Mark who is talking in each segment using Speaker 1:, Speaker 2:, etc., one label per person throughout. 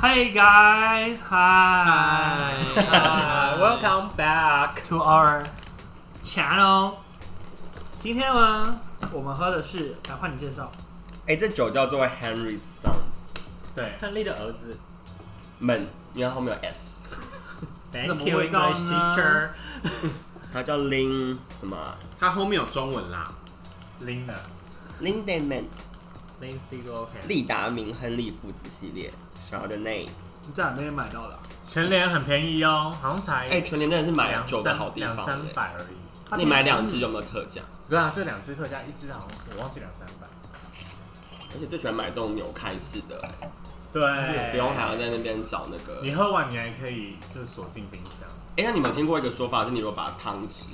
Speaker 1: Hey guys, hi,
Speaker 2: Hi, welcome back。
Speaker 1: to our channel。今天呢，我们喝的是，来换你介绍。
Speaker 3: 哎、这酒叫做 Henry's Sons
Speaker 1: 对，
Speaker 2: 亨利的儿子
Speaker 3: 们，因为它后面有 s，
Speaker 2: ，Thank
Speaker 1: 什么
Speaker 2: you
Speaker 1: 味道
Speaker 2: English
Speaker 1: 呢
Speaker 2: teacher。
Speaker 3: 它叫 Lin 什么啊
Speaker 4: 它后面有中文啦，
Speaker 1: 零的，
Speaker 4: 啊
Speaker 3: Lindemann
Speaker 2: Lindsay Lohan。
Speaker 3: 利达明亨利父子系列 Chardonnay。
Speaker 1: 你在哪边买到的啊？
Speaker 4: 全联很便宜哦，好像才
Speaker 3: 哎、全年真的是买
Speaker 4: 两
Speaker 3: 酒的好地
Speaker 4: 三
Speaker 3: 方、欸
Speaker 4: 两三百而已。
Speaker 3: 哎你买两支有没有特价？
Speaker 4: 对啊，就两只特价，一只好像我忘记两三百。
Speaker 3: 而且最喜欢买这种牛开式的，
Speaker 4: 对
Speaker 3: 不用还要在那边找那个。
Speaker 4: 你喝完你还可以就是锁进冰箱，
Speaker 3: 哎、那你们有听过一个说法，就是你如果把汤汁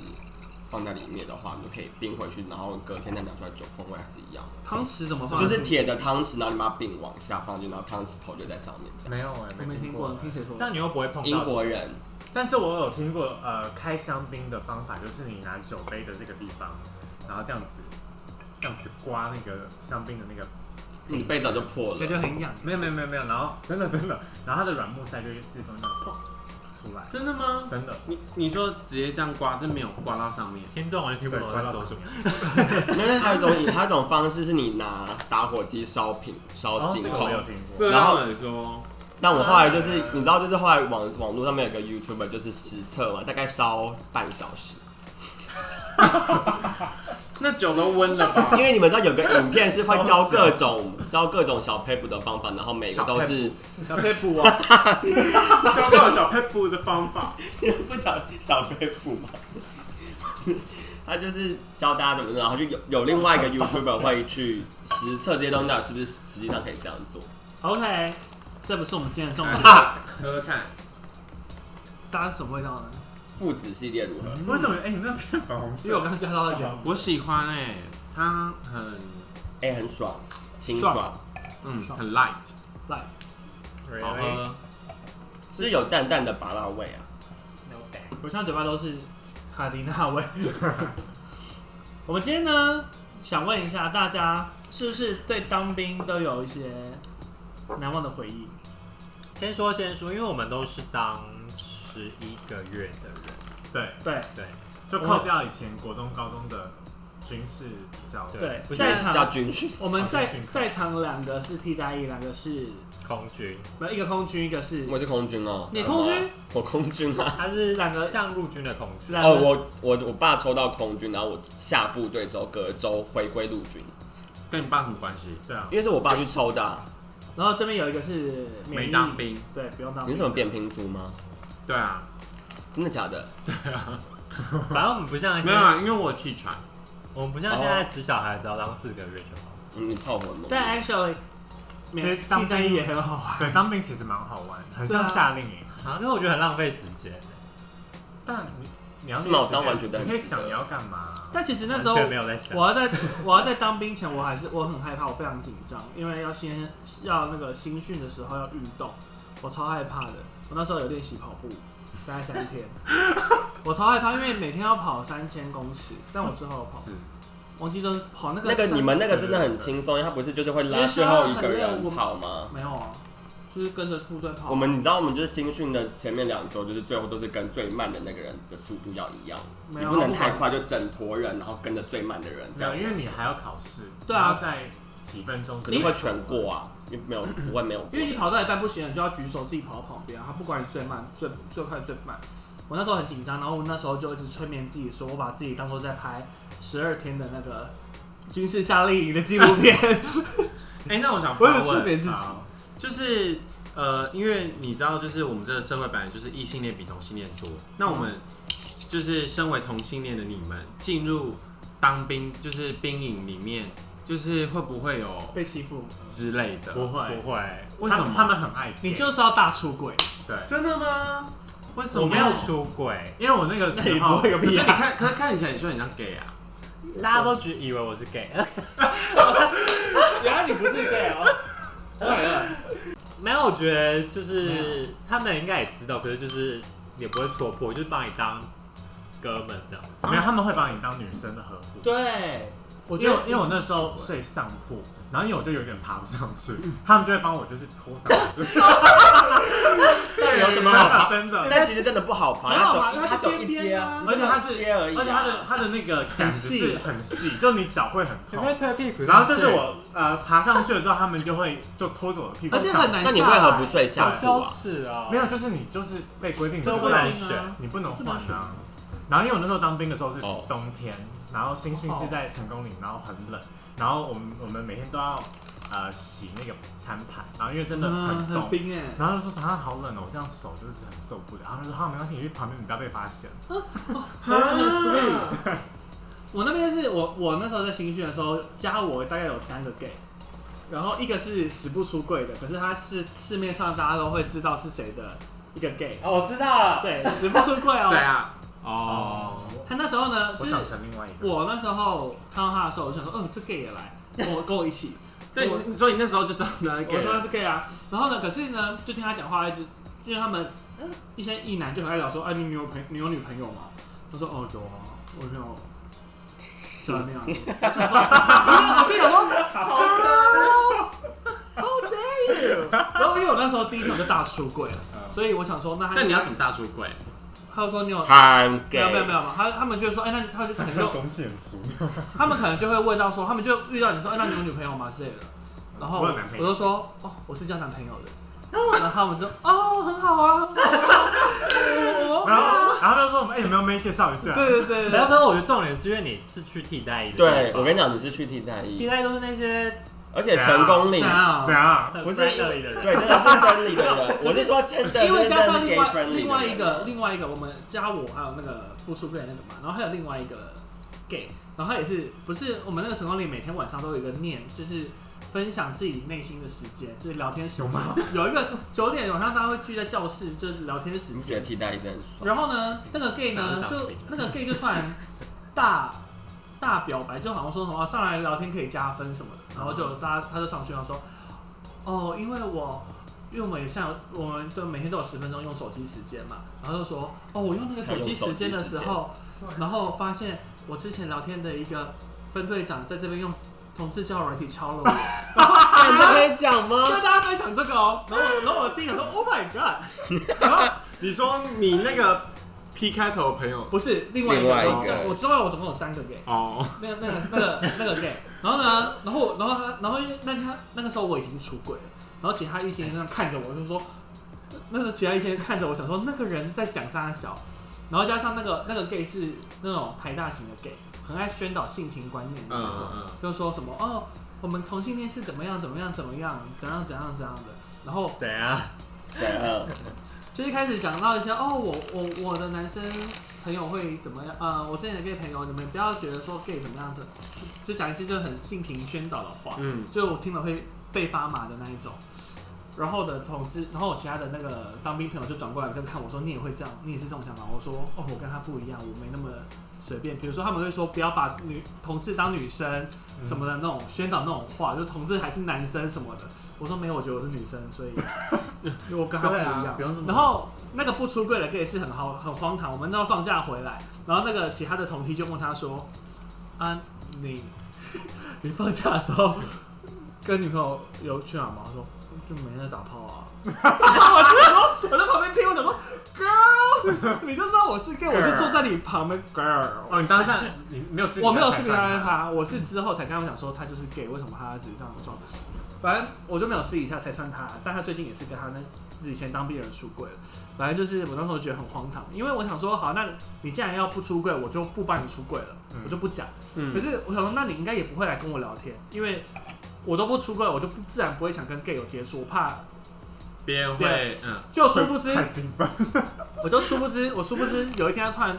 Speaker 3: 放在里面的话，你就可以冰回去，然后隔天再拿出来，酒风味还是一样。
Speaker 1: 汤匙怎么放？
Speaker 3: 就是铁的汤匙，然后你把饼往下放进去，然后汤匙头就在上面这样。
Speaker 4: 没有哎、
Speaker 1: 我没听过，听谁说？
Speaker 2: 但你又不会碰到
Speaker 3: 英国人
Speaker 4: 但是我有听过呃开香槟的方法，就是你拿酒杯的这个地方，然后这样子这样子刮那个香槟的那个，
Speaker 3: 你的杯子早就破
Speaker 1: 感觉
Speaker 3: 了，
Speaker 1: 很痒。
Speaker 4: 没有没有没有没有，然后真的真的，然后它的软木塞就会自动那样砰出来，
Speaker 5: 真的吗？
Speaker 4: 真的。
Speaker 5: 你你说直接这样刮，但没有刮到上面。
Speaker 2: 听众完全听不
Speaker 4: 对，
Speaker 2: 懂我
Speaker 4: 刮
Speaker 2: 在
Speaker 4: 到
Speaker 2: 说什
Speaker 4: 上
Speaker 2: 么。
Speaker 4: 面。
Speaker 3: 因为还有一种，还有一种方式是你拿打火机烧瓶烧
Speaker 4: 哦，
Speaker 3: 金
Speaker 4: 这个
Speaker 3: 口
Speaker 4: 我。有听过。
Speaker 3: 然后
Speaker 5: 耳朵，
Speaker 3: 但我后来就是
Speaker 4: 啊，
Speaker 3: 你知道，就是后来网网络上面有个 YouTuber 就是实测嘛，大概烧半小时。
Speaker 5: 那酒都温了吧？
Speaker 3: 因为你们知道有个影片是会教各 种教各种小 paper 的方法，然后每个都是
Speaker 4: 小佩布啊，
Speaker 5: 教到小佩布的方法，
Speaker 3: 不讲小 paper 嘛。他就是教大家怎么弄，然后就有有另外一个 YouTuber 会去实测这些东西到底是不是实际上可以这样做。
Speaker 1: OK，这不是我们今天送的。
Speaker 3: 啊
Speaker 5: 喝喝看。
Speaker 1: 大家是什么味道呢？
Speaker 3: 父子系列如何？
Speaker 4: 为什么？哎，你那片粉红色，
Speaker 1: 因为我刚刚加到了盐。
Speaker 5: 我喜欢哎、它很
Speaker 3: 哎、很爽，清
Speaker 1: 爽
Speaker 3: 爽
Speaker 5: 嗯
Speaker 1: 爽
Speaker 5: 很 light，
Speaker 1: 来，
Speaker 5: 好喝。
Speaker 3: 是有淡淡的拔辣味啊。
Speaker 1: 我现在嘴巴都是卡迪纳味。我们今天呢，想问一下大家，是不是对当兵都有一些难忘的回忆？
Speaker 2: 先说先说，因为我们都是当十一个月的人，
Speaker 4: 对，
Speaker 1: 对
Speaker 2: 对
Speaker 4: 就扣掉以前国中、高中的军事比较。
Speaker 1: 对
Speaker 2: 不，
Speaker 1: 在
Speaker 2: 是
Speaker 3: 叫
Speaker 1: 场
Speaker 3: 军训，
Speaker 1: 我们
Speaker 4: 好
Speaker 1: 在
Speaker 4: 军训
Speaker 1: 在场两个是替代役，两个是
Speaker 2: 空军，
Speaker 1: 没有一个空军，一个是
Speaker 3: 我是空军哦。
Speaker 1: 你空军
Speaker 3: 干嘛？我空军 啊。
Speaker 2: 他是
Speaker 1: 两个
Speaker 2: 像陆军的空军，
Speaker 1: 两
Speaker 3: 哦，
Speaker 1: 个
Speaker 3: 我我我爸抽到空军，然后我下部队之后隔周回归陆军，
Speaker 5: 跟你爸什么关系？
Speaker 4: 对啊，
Speaker 3: 因为是我爸去抽的啊、
Speaker 1: 然后这边有一个是免
Speaker 5: 没
Speaker 1: 疫
Speaker 5: 当，兵。
Speaker 1: 对，不用当
Speaker 3: 你
Speaker 1: 兵。
Speaker 3: 是什么扁平足吗？
Speaker 5: 对啊，
Speaker 3: 真的假的？
Speaker 2: 反正我们不像
Speaker 5: 没
Speaker 2: 哎现
Speaker 5: 有
Speaker 2: 在，
Speaker 5: 啊，因为我有气喘。
Speaker 2: 我们不像现在死小孩只要当四个月就好。
Speaker 3: 嗯你炮火吗？
Speaker 1: 但 actually，免
Speaker 4: 其实当
Speaker 1: 替
Speaker 4: 兵
Speaker 1: 代役也很好玩。
Speaker 4: 对，当兵其实蛮好玩，很
Speaker 1: 对啊
Speaker 4: 像夏令营。
Speaker 2: 啊，因为我觉得很浪费时间，
Speaker 4: 但你你要
Speaker 3: 是吗我当完觉得很
Speaker 4: 你可以
Speaker 3: 值得
Speaker 4: 想你要干嘛？
Speaker 1: 但其实那
Speaker 2: 完
Speaker 1: 时候
Speaker 2: 全没有在想。
Speaker 1: 我要在 我要在当兵前，我还是我很害怕，我非常紧张，因为要先要那个新训的时候要运动，我超害怕的。我那时候有练习跑步，大概三 天，我超害怕，因为每天要跑三千公尺，但我之后有跑，
Speaker 4: 是
Speaker 1: 忘记就是跑那个
Speaker 3: 那个
Speaker 1: 三
Speaker 3: 你们那个真的很轻松，因为他不是就是会拉最后一个人跑吗？
Speaker 1: 没有啊，就是跟着部队跑。啊
Speaker 3: 我们你知道我们就是新训的前面两周，就是最后都是跟最慢的那个人的速度要一样，
Speaker 1: 没
Speaker 3: 你
Speaker 1: 有
Speaker 3: 不能太快就整坨人，然后跟着最慢的人这
Speaker 4: 没有，
Speaker 3: 样，
Speaker 4: 因为你还要考试，
Speaker 1: 对
Speaker 4: 你
Speaker 1: 啊
Speaker 4: 要在几分钟之
Speaker 3: 可
Speaker 4: 内
Speaker 3: 能会全过啊，因为没有不会没有过的。
Speaker 1: 因为你跑到一半不行，你就要举手自己跑到旁边，他不管你最慢、最最快、最慢。我那时候很紧张，然后我那时候就一直催眠自己说，我把自己当做在拍十二天的那个军事夏令营的纪录片。
Speaker 5: 哎、那我想
Speaker 1: 我有
Speaker 5: 发问
Speaker 1: 催眠自己
Speaker 5: 好就是呃，因为你知道，就是我们这个社会本来就是异性恋比同性恋多，那我们就是身为同性恋的你们，进入当兵就是兵营里面，就是会不会有
Speaker 1: 被欺负，
Speaker 5: 之类
Speaker 4: 不
Speaker 5: 的？
Speaker 4: 会，
Speaker 2: 不会，
Speaker 5: 为什么
Speaker 4: 他他们很爱电
Speaker 1: 你就是要大出轨。
Speaker 4: 对，
Speaker 5: 真的吗？为什么？
Speaker 2: 我没有出轨，
Speaker 4: 因为我那个
Speaker 1: 那也
Speaker 4: 时
Speaker 1: 不
Speaker 4: 候
Speaker 1: 会有
Speaker 5: 可是
Speaker 1: 屁
Speaker 5: 你
Speaker 1: 啊！
Speaker 5: 看，可是看起来你就很像 gay 啊。
Speaker 2: 大家都觉以为我是 gay，
Speaker 1: 原来你不是 gay 哦。
Speaker 2: 没有，我觉得就是他们应该也知道，可是就是也不会戳破，就是把你当哥们这样。
Speaker 4: 没有，他们会把你当女生的呵护。
Speaker 1: 对，我
Speaker 4: 因
Speaker 1: 觉
Speaker 4: 为
Speaker 1: 得
Speaker 4: 因为我那时候睡上铺，然后因为我就有点爬不上去， 他们就会帮我就是拖上去。
Speaker 3: 到哎
Speaker 1: 啊
Speaker 3: 底有什么好爬？
Speaker 4: 真的，
Speaker 3: 但其实真的不好爬，
Speaker 1: 很好
Speaker 3: 它走
Speaker 1: 爬因为
Speaker 3: 一
Speaker 1: 它
Speaker 3: 它走
Speaker 1: 边
Speaker 3: 一阶
Speaker 1: 边
Speaker 3: 啊
Speaker 1: 啊，
Speaker 4: 而且它是
Speaker 3: 一阶而已啊。
Speaker 4: 而且它的它的那个杆子是很细，就你脚会很
Speaker 2: 有没有
Speaker 4: 痛。
Speaker 2: 推屁股？
Speaker 4: 然后就是，我呃爬上去的时候，他们就会就拖着我的屁股
Speaker 1: 而
Speaker 4: 上
Speaker 1: 且
Speaker 4: 去，
Speaker 1: 很难下来。
Speaker 3: 那你为何不睡下
Speaker 2: 好
Speaker 3: 铺
Speaker 2: 羞
Speaker 3: 啊？
Speaker 2: 耻哦！
Speaker 4: 没有，就是你就是被规定
Speaker 2: 都
Speaker 4: 不
Speaker 2: 不
Speaker 4: 能
Speaker 2: 能
Speaker 4: 选，
Speaker 2: 选，
Speaker 4: 你不能
Speaker 1: 啊不能
Speaker 4: 换
Speaker 1: 选
Speaker 4: 啊。然后因为我那时候当兵的时候是
Speaker 3: 哦
Speaker 4: 冬天，然后新训
Speaker 1: 哦
Speaker 4: 是在成功岭，然后很冷，然后我们我们每天都要呃洗那个餐盘，然后因为真的
Speaker 1: 嗯
Speaker 4: 很冻
Speaker 1: 很，冰哎、
Speaker 4: 然后就说啊好冷哦，我这样手就是很受不了。然后就说好，啊没关系，你去旁边，你不要被发现。
Speaker 1: 啊我那边是我我那时候在新训的时候，加我大概有三个 gay，然后一个是死不出柜的，可是他是市面上大家都会知道是谁的一个 gay，
Speaker 2: 哦，我知道了，
Speaker 1: 对，死不出柜
Speaker 5: 谁
Speaker 1: 哦。
Speaker 5: 啊？哦，
Speaker 1: 他那时候呢，
Speaker 4: 我
Speaker 1: 就是
Speaker 4: 想成另外一个。
Speaker 1: 我那时候看到他的时候，我就想说，哦，这 gay 也来，跟我跟我一起。
Speaker 5: 对，
Speaker 1: 我
Speaker 5: 你所以你那时候就知道哪一
Speaker 1: 我说他
Speaker 5: 个？
Speaker 1: 是 gay 啊，然后呢，可是呢，就听他讲话，一直就是他们呃一些异男就很爱聊说，哎、你你有朋你有女朋友吗？我说哦有啊，我有。怎么样？ 我想说我是想说，Girl，How dare you！然后因为我那时候第一场就大出柜了，所以我想说，那他
Speaker 5: 嗯那你要怎么大出柜？
Speaker 1: 他就说你有
Speaker 3: 很
Speaker 1: 没
Speaker 3: 给
Speaker 1: 有没有没有，他他们就会说，哎，那他就可 能就
Speaker 4: 东西很熟，
Speaker 1: 他们可能就会问到说，他们就遇到你说，哎，那你有女朋友吗之类的，然后
Speaker 4: 我有男朋
Speaker 1: 我
Speaker 4: 友
Speaker 1: 就说，哦，我是交男朋友的，然后他们就，哦，很好啊，很好啊哦
Speaker 4: 然后然后他就说我们哎有没有妹介绍一下？
Speaker 1: 对对对
Speaker 2: 没有，
Speaker 1: 对，
Speaker 2: 可是我觉得重点是因为你是去替代役的地方，
Speaker 3: 对，我跟你讲，你是去替代
Speaker 2: 替
Speaker 3: 役，
Speaker 2: 代役都是那些
Speaker 3: 而且成功
Speaker 1: 怎
Speaker 3: 岭
Speaker 1: 样
Speaker 4: 怎？样？啊
Speaker 2: 很
Speaker 3: 不是
Speaker 2: friendly 的人，
Speaker 3: 对，真的是分离的人。 我是说真的，
Speaker 1: 因为加上另
Speaker 3: 真的
Speaker 1: 外
Speaker 3: 是 gay friendly
Speaker 1: 另外一
Speaker 3: 的人，
Speaker 1: 个另外一个，我们加我还有那个付出贵的那个嘛，然后还有另外一个 gay，然后他也是不是我们那个成功里每天晚上都有一个念，就是分享自己内心的时间，就是聊天时间，有一个九点晚上大家会聚在教室就是聊天时
Speaker 3: 你觉
Speaker 1: 间
Speaker 3: 得，替代役真的很爽？
Speaker 1: 然后呢，那个 gay 呢
Speaker 2: 哪，是
Speaker 1: 就
Speaker 2: 党评啊
Speaker 1: 那个 gay 就突然大大表白，就好像说什么、啊上来聊天可以加分什么的，然后就大家他就上去然后说，哦，因为我。因为我们也像我们都每天都有十分钟用手机时间嘛，然后就说哦，我用那个手机时间的时候，然后发现我之前聊天的一个分队长在这边用同志交友软体敲了我，
Speaker 3: 啊你这可以讲吗？
Speaker 1: 跟大家分享这个哦，然后我然后我心想说 Oh my god，
Speaker 5: 你说你那个 P 开头的朋友
Speaker 1: 不是另外一个，
Speaker 3: 另外一个
Speaker 1: 我总我知道我总共有三个 gay，
Speaker 5: 哦，
Speaker 1: 那个那个那个那个 gay，然后呢，然后然后他，然后因为那天他那个时候我已经出轨了，然后其他一些人这样看着我，就说，那个其他一些人看着我想说那个人在讲啥小，然后加上那个那个 gay 是那种台大型的 gay，很爱宣导性平观念的那
Speaker 5: 嗯
Speaker 1: 种，
Speaker 5: 嗯嗯，
Speaker 1: 就说什么哦，我们同性恋是怎么样怎么样怎么样怎样怎样怎样的，然后
Speaker 2: 怎样？
Speaker 3: 怎样？
Speaker 1: 就一开始讲到一些哦，我我我的男生朋友会怎么样？呃，我之前的 gay 朋友，你们不要觉得说 gay 怎么样子，就讲一些就很性平宣导的话，
Speaker 5: 嗯，
Speaker 1: 就我听了会被发麻的那一种。然后我的同事，然后我其他的那个当兵朋友就转过来跟看我说，你也会这样，你也是这种想法。我说哦，我跟他不一样，我没那么随便。比如说他们会说不要把女同志当女生
Speaker 4: 嗯
Speaker 1: 什么的那种宣导那种话，就同志还是男生什么的。我说没有，我觉得我是女生， 所以我跟他不一
Speaker 4: 对啊
Speaker 1: 样
Speaker 4: 不用这么。
Speaker 1: 然后那个不出柜的 gay 是很好很荒唐。我们那时候放假回来，然后那个其他的同梯就问他说：“啊，你 你放假的时候跟女朋友有去哪吗？”他说：“就每天在打炮 啊。”我就想说，我在旁边听，我想说，girl，你就知道我是 gay，我就坐在你旁边，girl。
Speaker 4: 哦，你当下你没有私底下
Speaker 1: 我没有私底
Speaker 4: 看
Speaker 1: 下
Speaker 4: 上
Speaker 1: 认他，啊我
Speaker 5: 嗯
Speaker 1: 是之后才跟他们讲说他就是 gay，为什么他只是这样的状态。反正我就没有私底下才算他，啊但他最近也是跟他那自己前当兵的人出柜了。反正就是我那时候觉得很荒唐，因为我想说，好，那你既然要不出柜，我就不帮你出柜了，我就不讲。
Speaker 5: 嗯
Speaker 1: 可是我想说，那你应该也不会来跟我聊天，因为我都不出柜，我就不自然不会想跟 gay 有接触，我怕。
Speaker 5: 别人会嗯，
Speaker 1: 就殊不知
Speaker 4: 太兴奋，
Speaker 1: 我就殊不知，我殊不知有一天他突然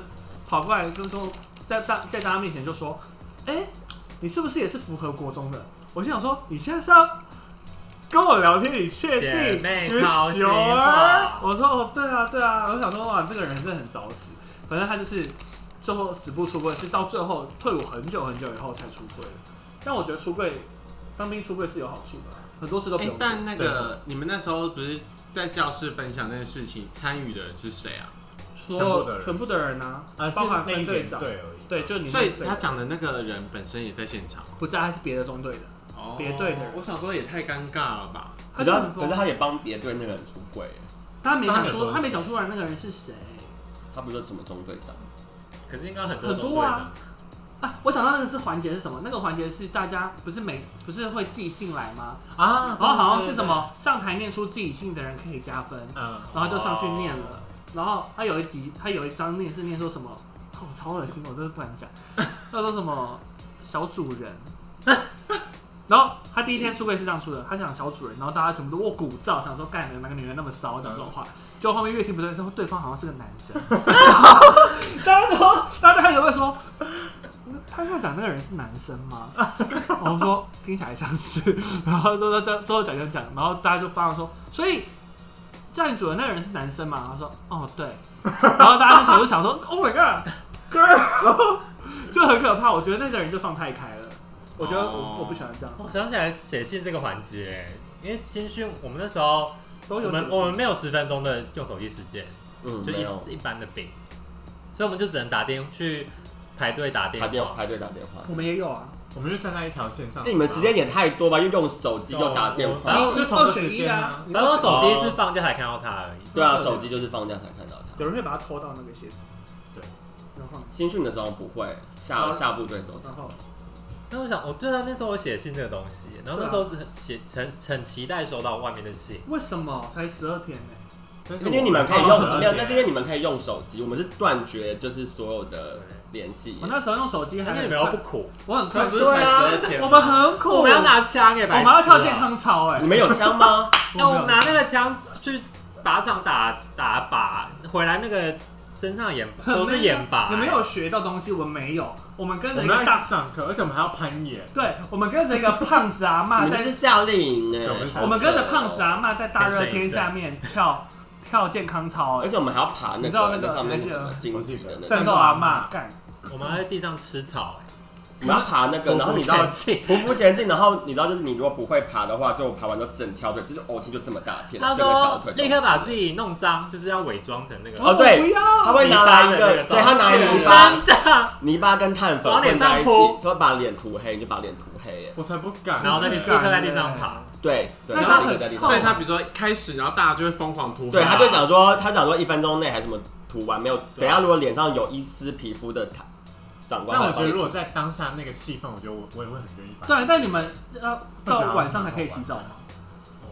Speaker 1: 跑过来跟跟我在大在大家面前就说：“哎、你是不是也是符合国中的？”我就想说，你现在是要跟我聊天，你确
Speaker 2: 姐
Speaker 1: 定？
Speaker 2: 妹
Speaker 1: 你
Speaker 2: 掏心
Speaker 1: 有啊
Speaker 2: 话？
Speaker 1: 我说哦，对啊，对啊。我想说，哇，这个人真的很早死。反正他就是最后死不出柜，是到最后退伍很久很久以后才出柜的。但我觉得出柜，当兵出柜是有好处的，很多事都不
Speaker 5: 哎
Speaker 1: 用做。
Speaker 5: 但那个你们那时候不是在教室分享那个事情，参与的人是谁啊？
Speaker 1: 所
Speaker 4: 全部的
Speaker 1: 有
Speaker 4: 人
Speaker 1: 全部的人呢、
Speaker 4: 呃，是
Speaker 1: 包含
Speaker 4: 那一
Speaker 1: 分队
Speaker 4: 点
Speaker 1: 长，
Speaker 4: 队而已。
Speaker 1: 对，就你
Speaker 5: 所以
Speaker 1: 那个队
Speaker 5: 他讲
Speaker 1: 长
Speaker 5: 的那个人本身也在现场，
Speaker 1: 不在，他是别的中队的，
Speaker 5: 哦
Speaker 1: 别队的人
Speaker 5: 我想说也太尴尬了吧？
Speaker 3: 可是
Speaker 1: 他
Speaker 3: 他
Speaker 1: 就很
Speaker 3: 可
Speaker 1: 疯
Speaker 3: 是他也帮别队那个人出轨，
Speaker 1: 他没讲
Speaker 4: 他没有
Speaker 1: 说，
Speaker 4: 说
Speaker 1: 他没讲出来那个人是谁
Speaker 3: 他不是什么中队长，
Speaker 2: 可是应该很多
Speaker 1: 很
Speaker 2: 种
Speaker 1: 多
Speaker 2: 队
Speaker 1: 啊
Speaker 2: 长，
Speaker 1: 啊？我想到那个是环节是什么？那个环节是大家不是每不是会寄信来吗？
Speaker 4: 啊
Speaker 1: 然后好像是什？么上台念出自己信的人可以加分，
Speaker 4: 嗯，
Speaker 1: 然后就上去念了。然后他有一集，他有一章念是念说什么，哦、超恶心，我真的不敢讲。他说什么小主人，然后他第一天出柜是这样出的，他讲小主人，然后大家全部都握鼓噪，想说干哪个女人那么骚讲这种话，就后面越听不对，说对方好像是个男生，大家都大家都开始会说。那他要讲那个人是男生吗？ 我说听起来像是，然后说说最后讲讲讲，然后大家就发了说，所以叫你主人那个人是男生嘛？他说哦对，然后大家就想就想说 Oh my god girl，就 很可怕。我觉得那个人就放太开了，我觉得我、
Speaker 5: 哦
Speaker 1: 我不喜欢这样
Speaker 2: 我
Speaker 1: 子，
Speaker 2: 想起来写信这个环节，因为新训我们那时候
Speaker 1: 都
Speaker 2: 我
Speaker 1: 有
Speaker 2: 们我们没有十分钟的用手机时间，
Speaker 3: 嗯，
Speaker 2: 就
Speaker 3: 没有
Speaker 2: 一一般的饼，所以我们就只能打电去排队打电
Speaker 3: 打电话
Speaker 2: 话。
Speaker 3: 排队打电话。
Speaker 1: 我们也有啊，
Speaker 4: 我们就站在一条线上。
Speaker 3: 那你们时间也太多吧？又用手机又打电
Speaker 2: 然
Speaker 3: 话，
Speaker 2: 后
Speaker 4: 就同个时
Speaker 1: 21
Speaker 4: 间
Speaker 1: 啊
Speaker 4: 啊，
Speaker 2: 然后我手机是放假才看到他而已。
Speaker 3: 对啊，手机就是放假才看到他。
Speaker 1: 有人会把它偷到那个鞋子，
Speaker 4: 对，
Speaker 1: 然后
Speaker 3: 新训的时候不会，
Speaker 1: 啊
Speaker 3: 下下部队之后才
Speaker 1: 然后
Speaker 2: 那我想，我对啊，那时候我写信这个东西，然后那时候很写很很期待收到外面的信。
Speaker 1: 为什么才十二天呢、
Speaker 4: 但是
Speaker 3: 因
Speaker 4: 我
Speaker 3: 为你们可以
Speaker 4: 到
Speaker 3: 用
Speaker 4: 12
Speaker 3: 没有，
Speaker 4: 点
Speaker 3: 那是因为你们可以用手机，我们是断绝就是所有的联系啊
Speaker 1: 哦我。那时候用手机还
Speaker 2: 但是
Speaker 1: 很
Speaker 2: 你们又
Speaker 1: 快
Speaker 2: 不，苦，
Speaker 1: 我很快，
Speaker 3: 可是才12
Speaker 5: 天
Speaker 1: 我们很苦，
Speaker 2: 我们要拿枪给
Speaker 1: 我们
Speaker 2: 白痴啊
Speaker 1: 要跳健，康操哎、
Speaker 3: 你们有枪吗？
Speaker 2: 哎，我们拿那个枪去靶场打打靶，回来那个身上眼都是眼靶，
Speaker 1: 你们有学到东西，我们没有，我们跟
Speaker 4: 我
Speaker 1: 着一
Speaker 4: 们
Speaker 1: 个
Speaker 4: 要
Speaker 1: 大
Speaker 4: 一直上课，而且我们还要攀岩。
Speaker 1: 对，我们跟着一个胖子阿
Speaker 3: 你
Speaker 1: 嬷
Speaker 3: 们这
Speaker 1: 在
Speaker 3: 是，啊夏令欸营呢
Speaker 4: 对我们是，
Speaker 1: 啊我们跟着胖子啊阿嬷在大热天下面跳跳健康操、
Speaker 3: 而且我们还要爬那
Speaker 1: 你知道那
Speaker 3: 个
Speaker 1: 个
Speaker 3: 那上面
Speaker 1: 还
Speaker 3: 是
Speaker 1: 记
Speaker 3: 什
Speaker 1: 得
Speaker 3: 么荆棘的那个，
Speaker 1: 战斗阿嬷干，
Speaker 2: 我们还在地上吃草，哎
Speaker 3: 我们要爬那个，然后你知道
Speaker 2: 匍匐前进
Speaker 3: 匍匐前进，然后你知道就是你如果不会爬的话，所以我爬完之后整条腿就是呕气就这么大片，
Speaker 2: 他
Speaker 3: 整个小
Speaker 2: 说
Speaker 3: 腿都是
Speaker 2: 立刻把自己弄脏，就是要伪装成那个。
Speaker 3: 哦对
Speaker 1: 我不要，
Speaker 3: 他会拿来一个，
Speaker 2: 泥巴的那个
Speaker 3: 对他拿来泥巴
Speaker 2: 真的，
Speaker 3: 泥巴跟碳粉
Speaker 2: 往脸
Speaker 3: 混在一
Speaker 2: 上泼
Speaker 3: 起，说把脸涂黑，你就把脸涂黑耶。
Speaker 4: 我才不敢。
Speaker 2: 然后在地立刻在地上爬，
Speaker 3: 对对，
Speaker 1: 那
Speaker 3: 然
Speaker 1: 他
Speaker 3: 后那个
Speaker 1: 很
Speaker 3: 在地
Speaker 1: 臭
Speaker 3: 上
Speaker 5: 所以他比如说开始，然后大家就会疯狂涂，
Speaker 3: 啊对，他就想说，他想说一分钟内还什么涂完没有？
Speaker 2: 啊
Speaker 3: 等一下如果脸上有一丝皮肤的它长
Speaker 4: 但
Speaker 3: 官还
Speaker 4: 我觉
Speaker 3: 帮
Speaker 4: 得
Speaker 3: 你
Speaker 4: 如
Speaker 3: 涂，
Speaker 4: 果在当下那个气氛，我觉得我我也会很愿意把。
Speaker 1: 对，但你们要到晚上才可以洗澡吗？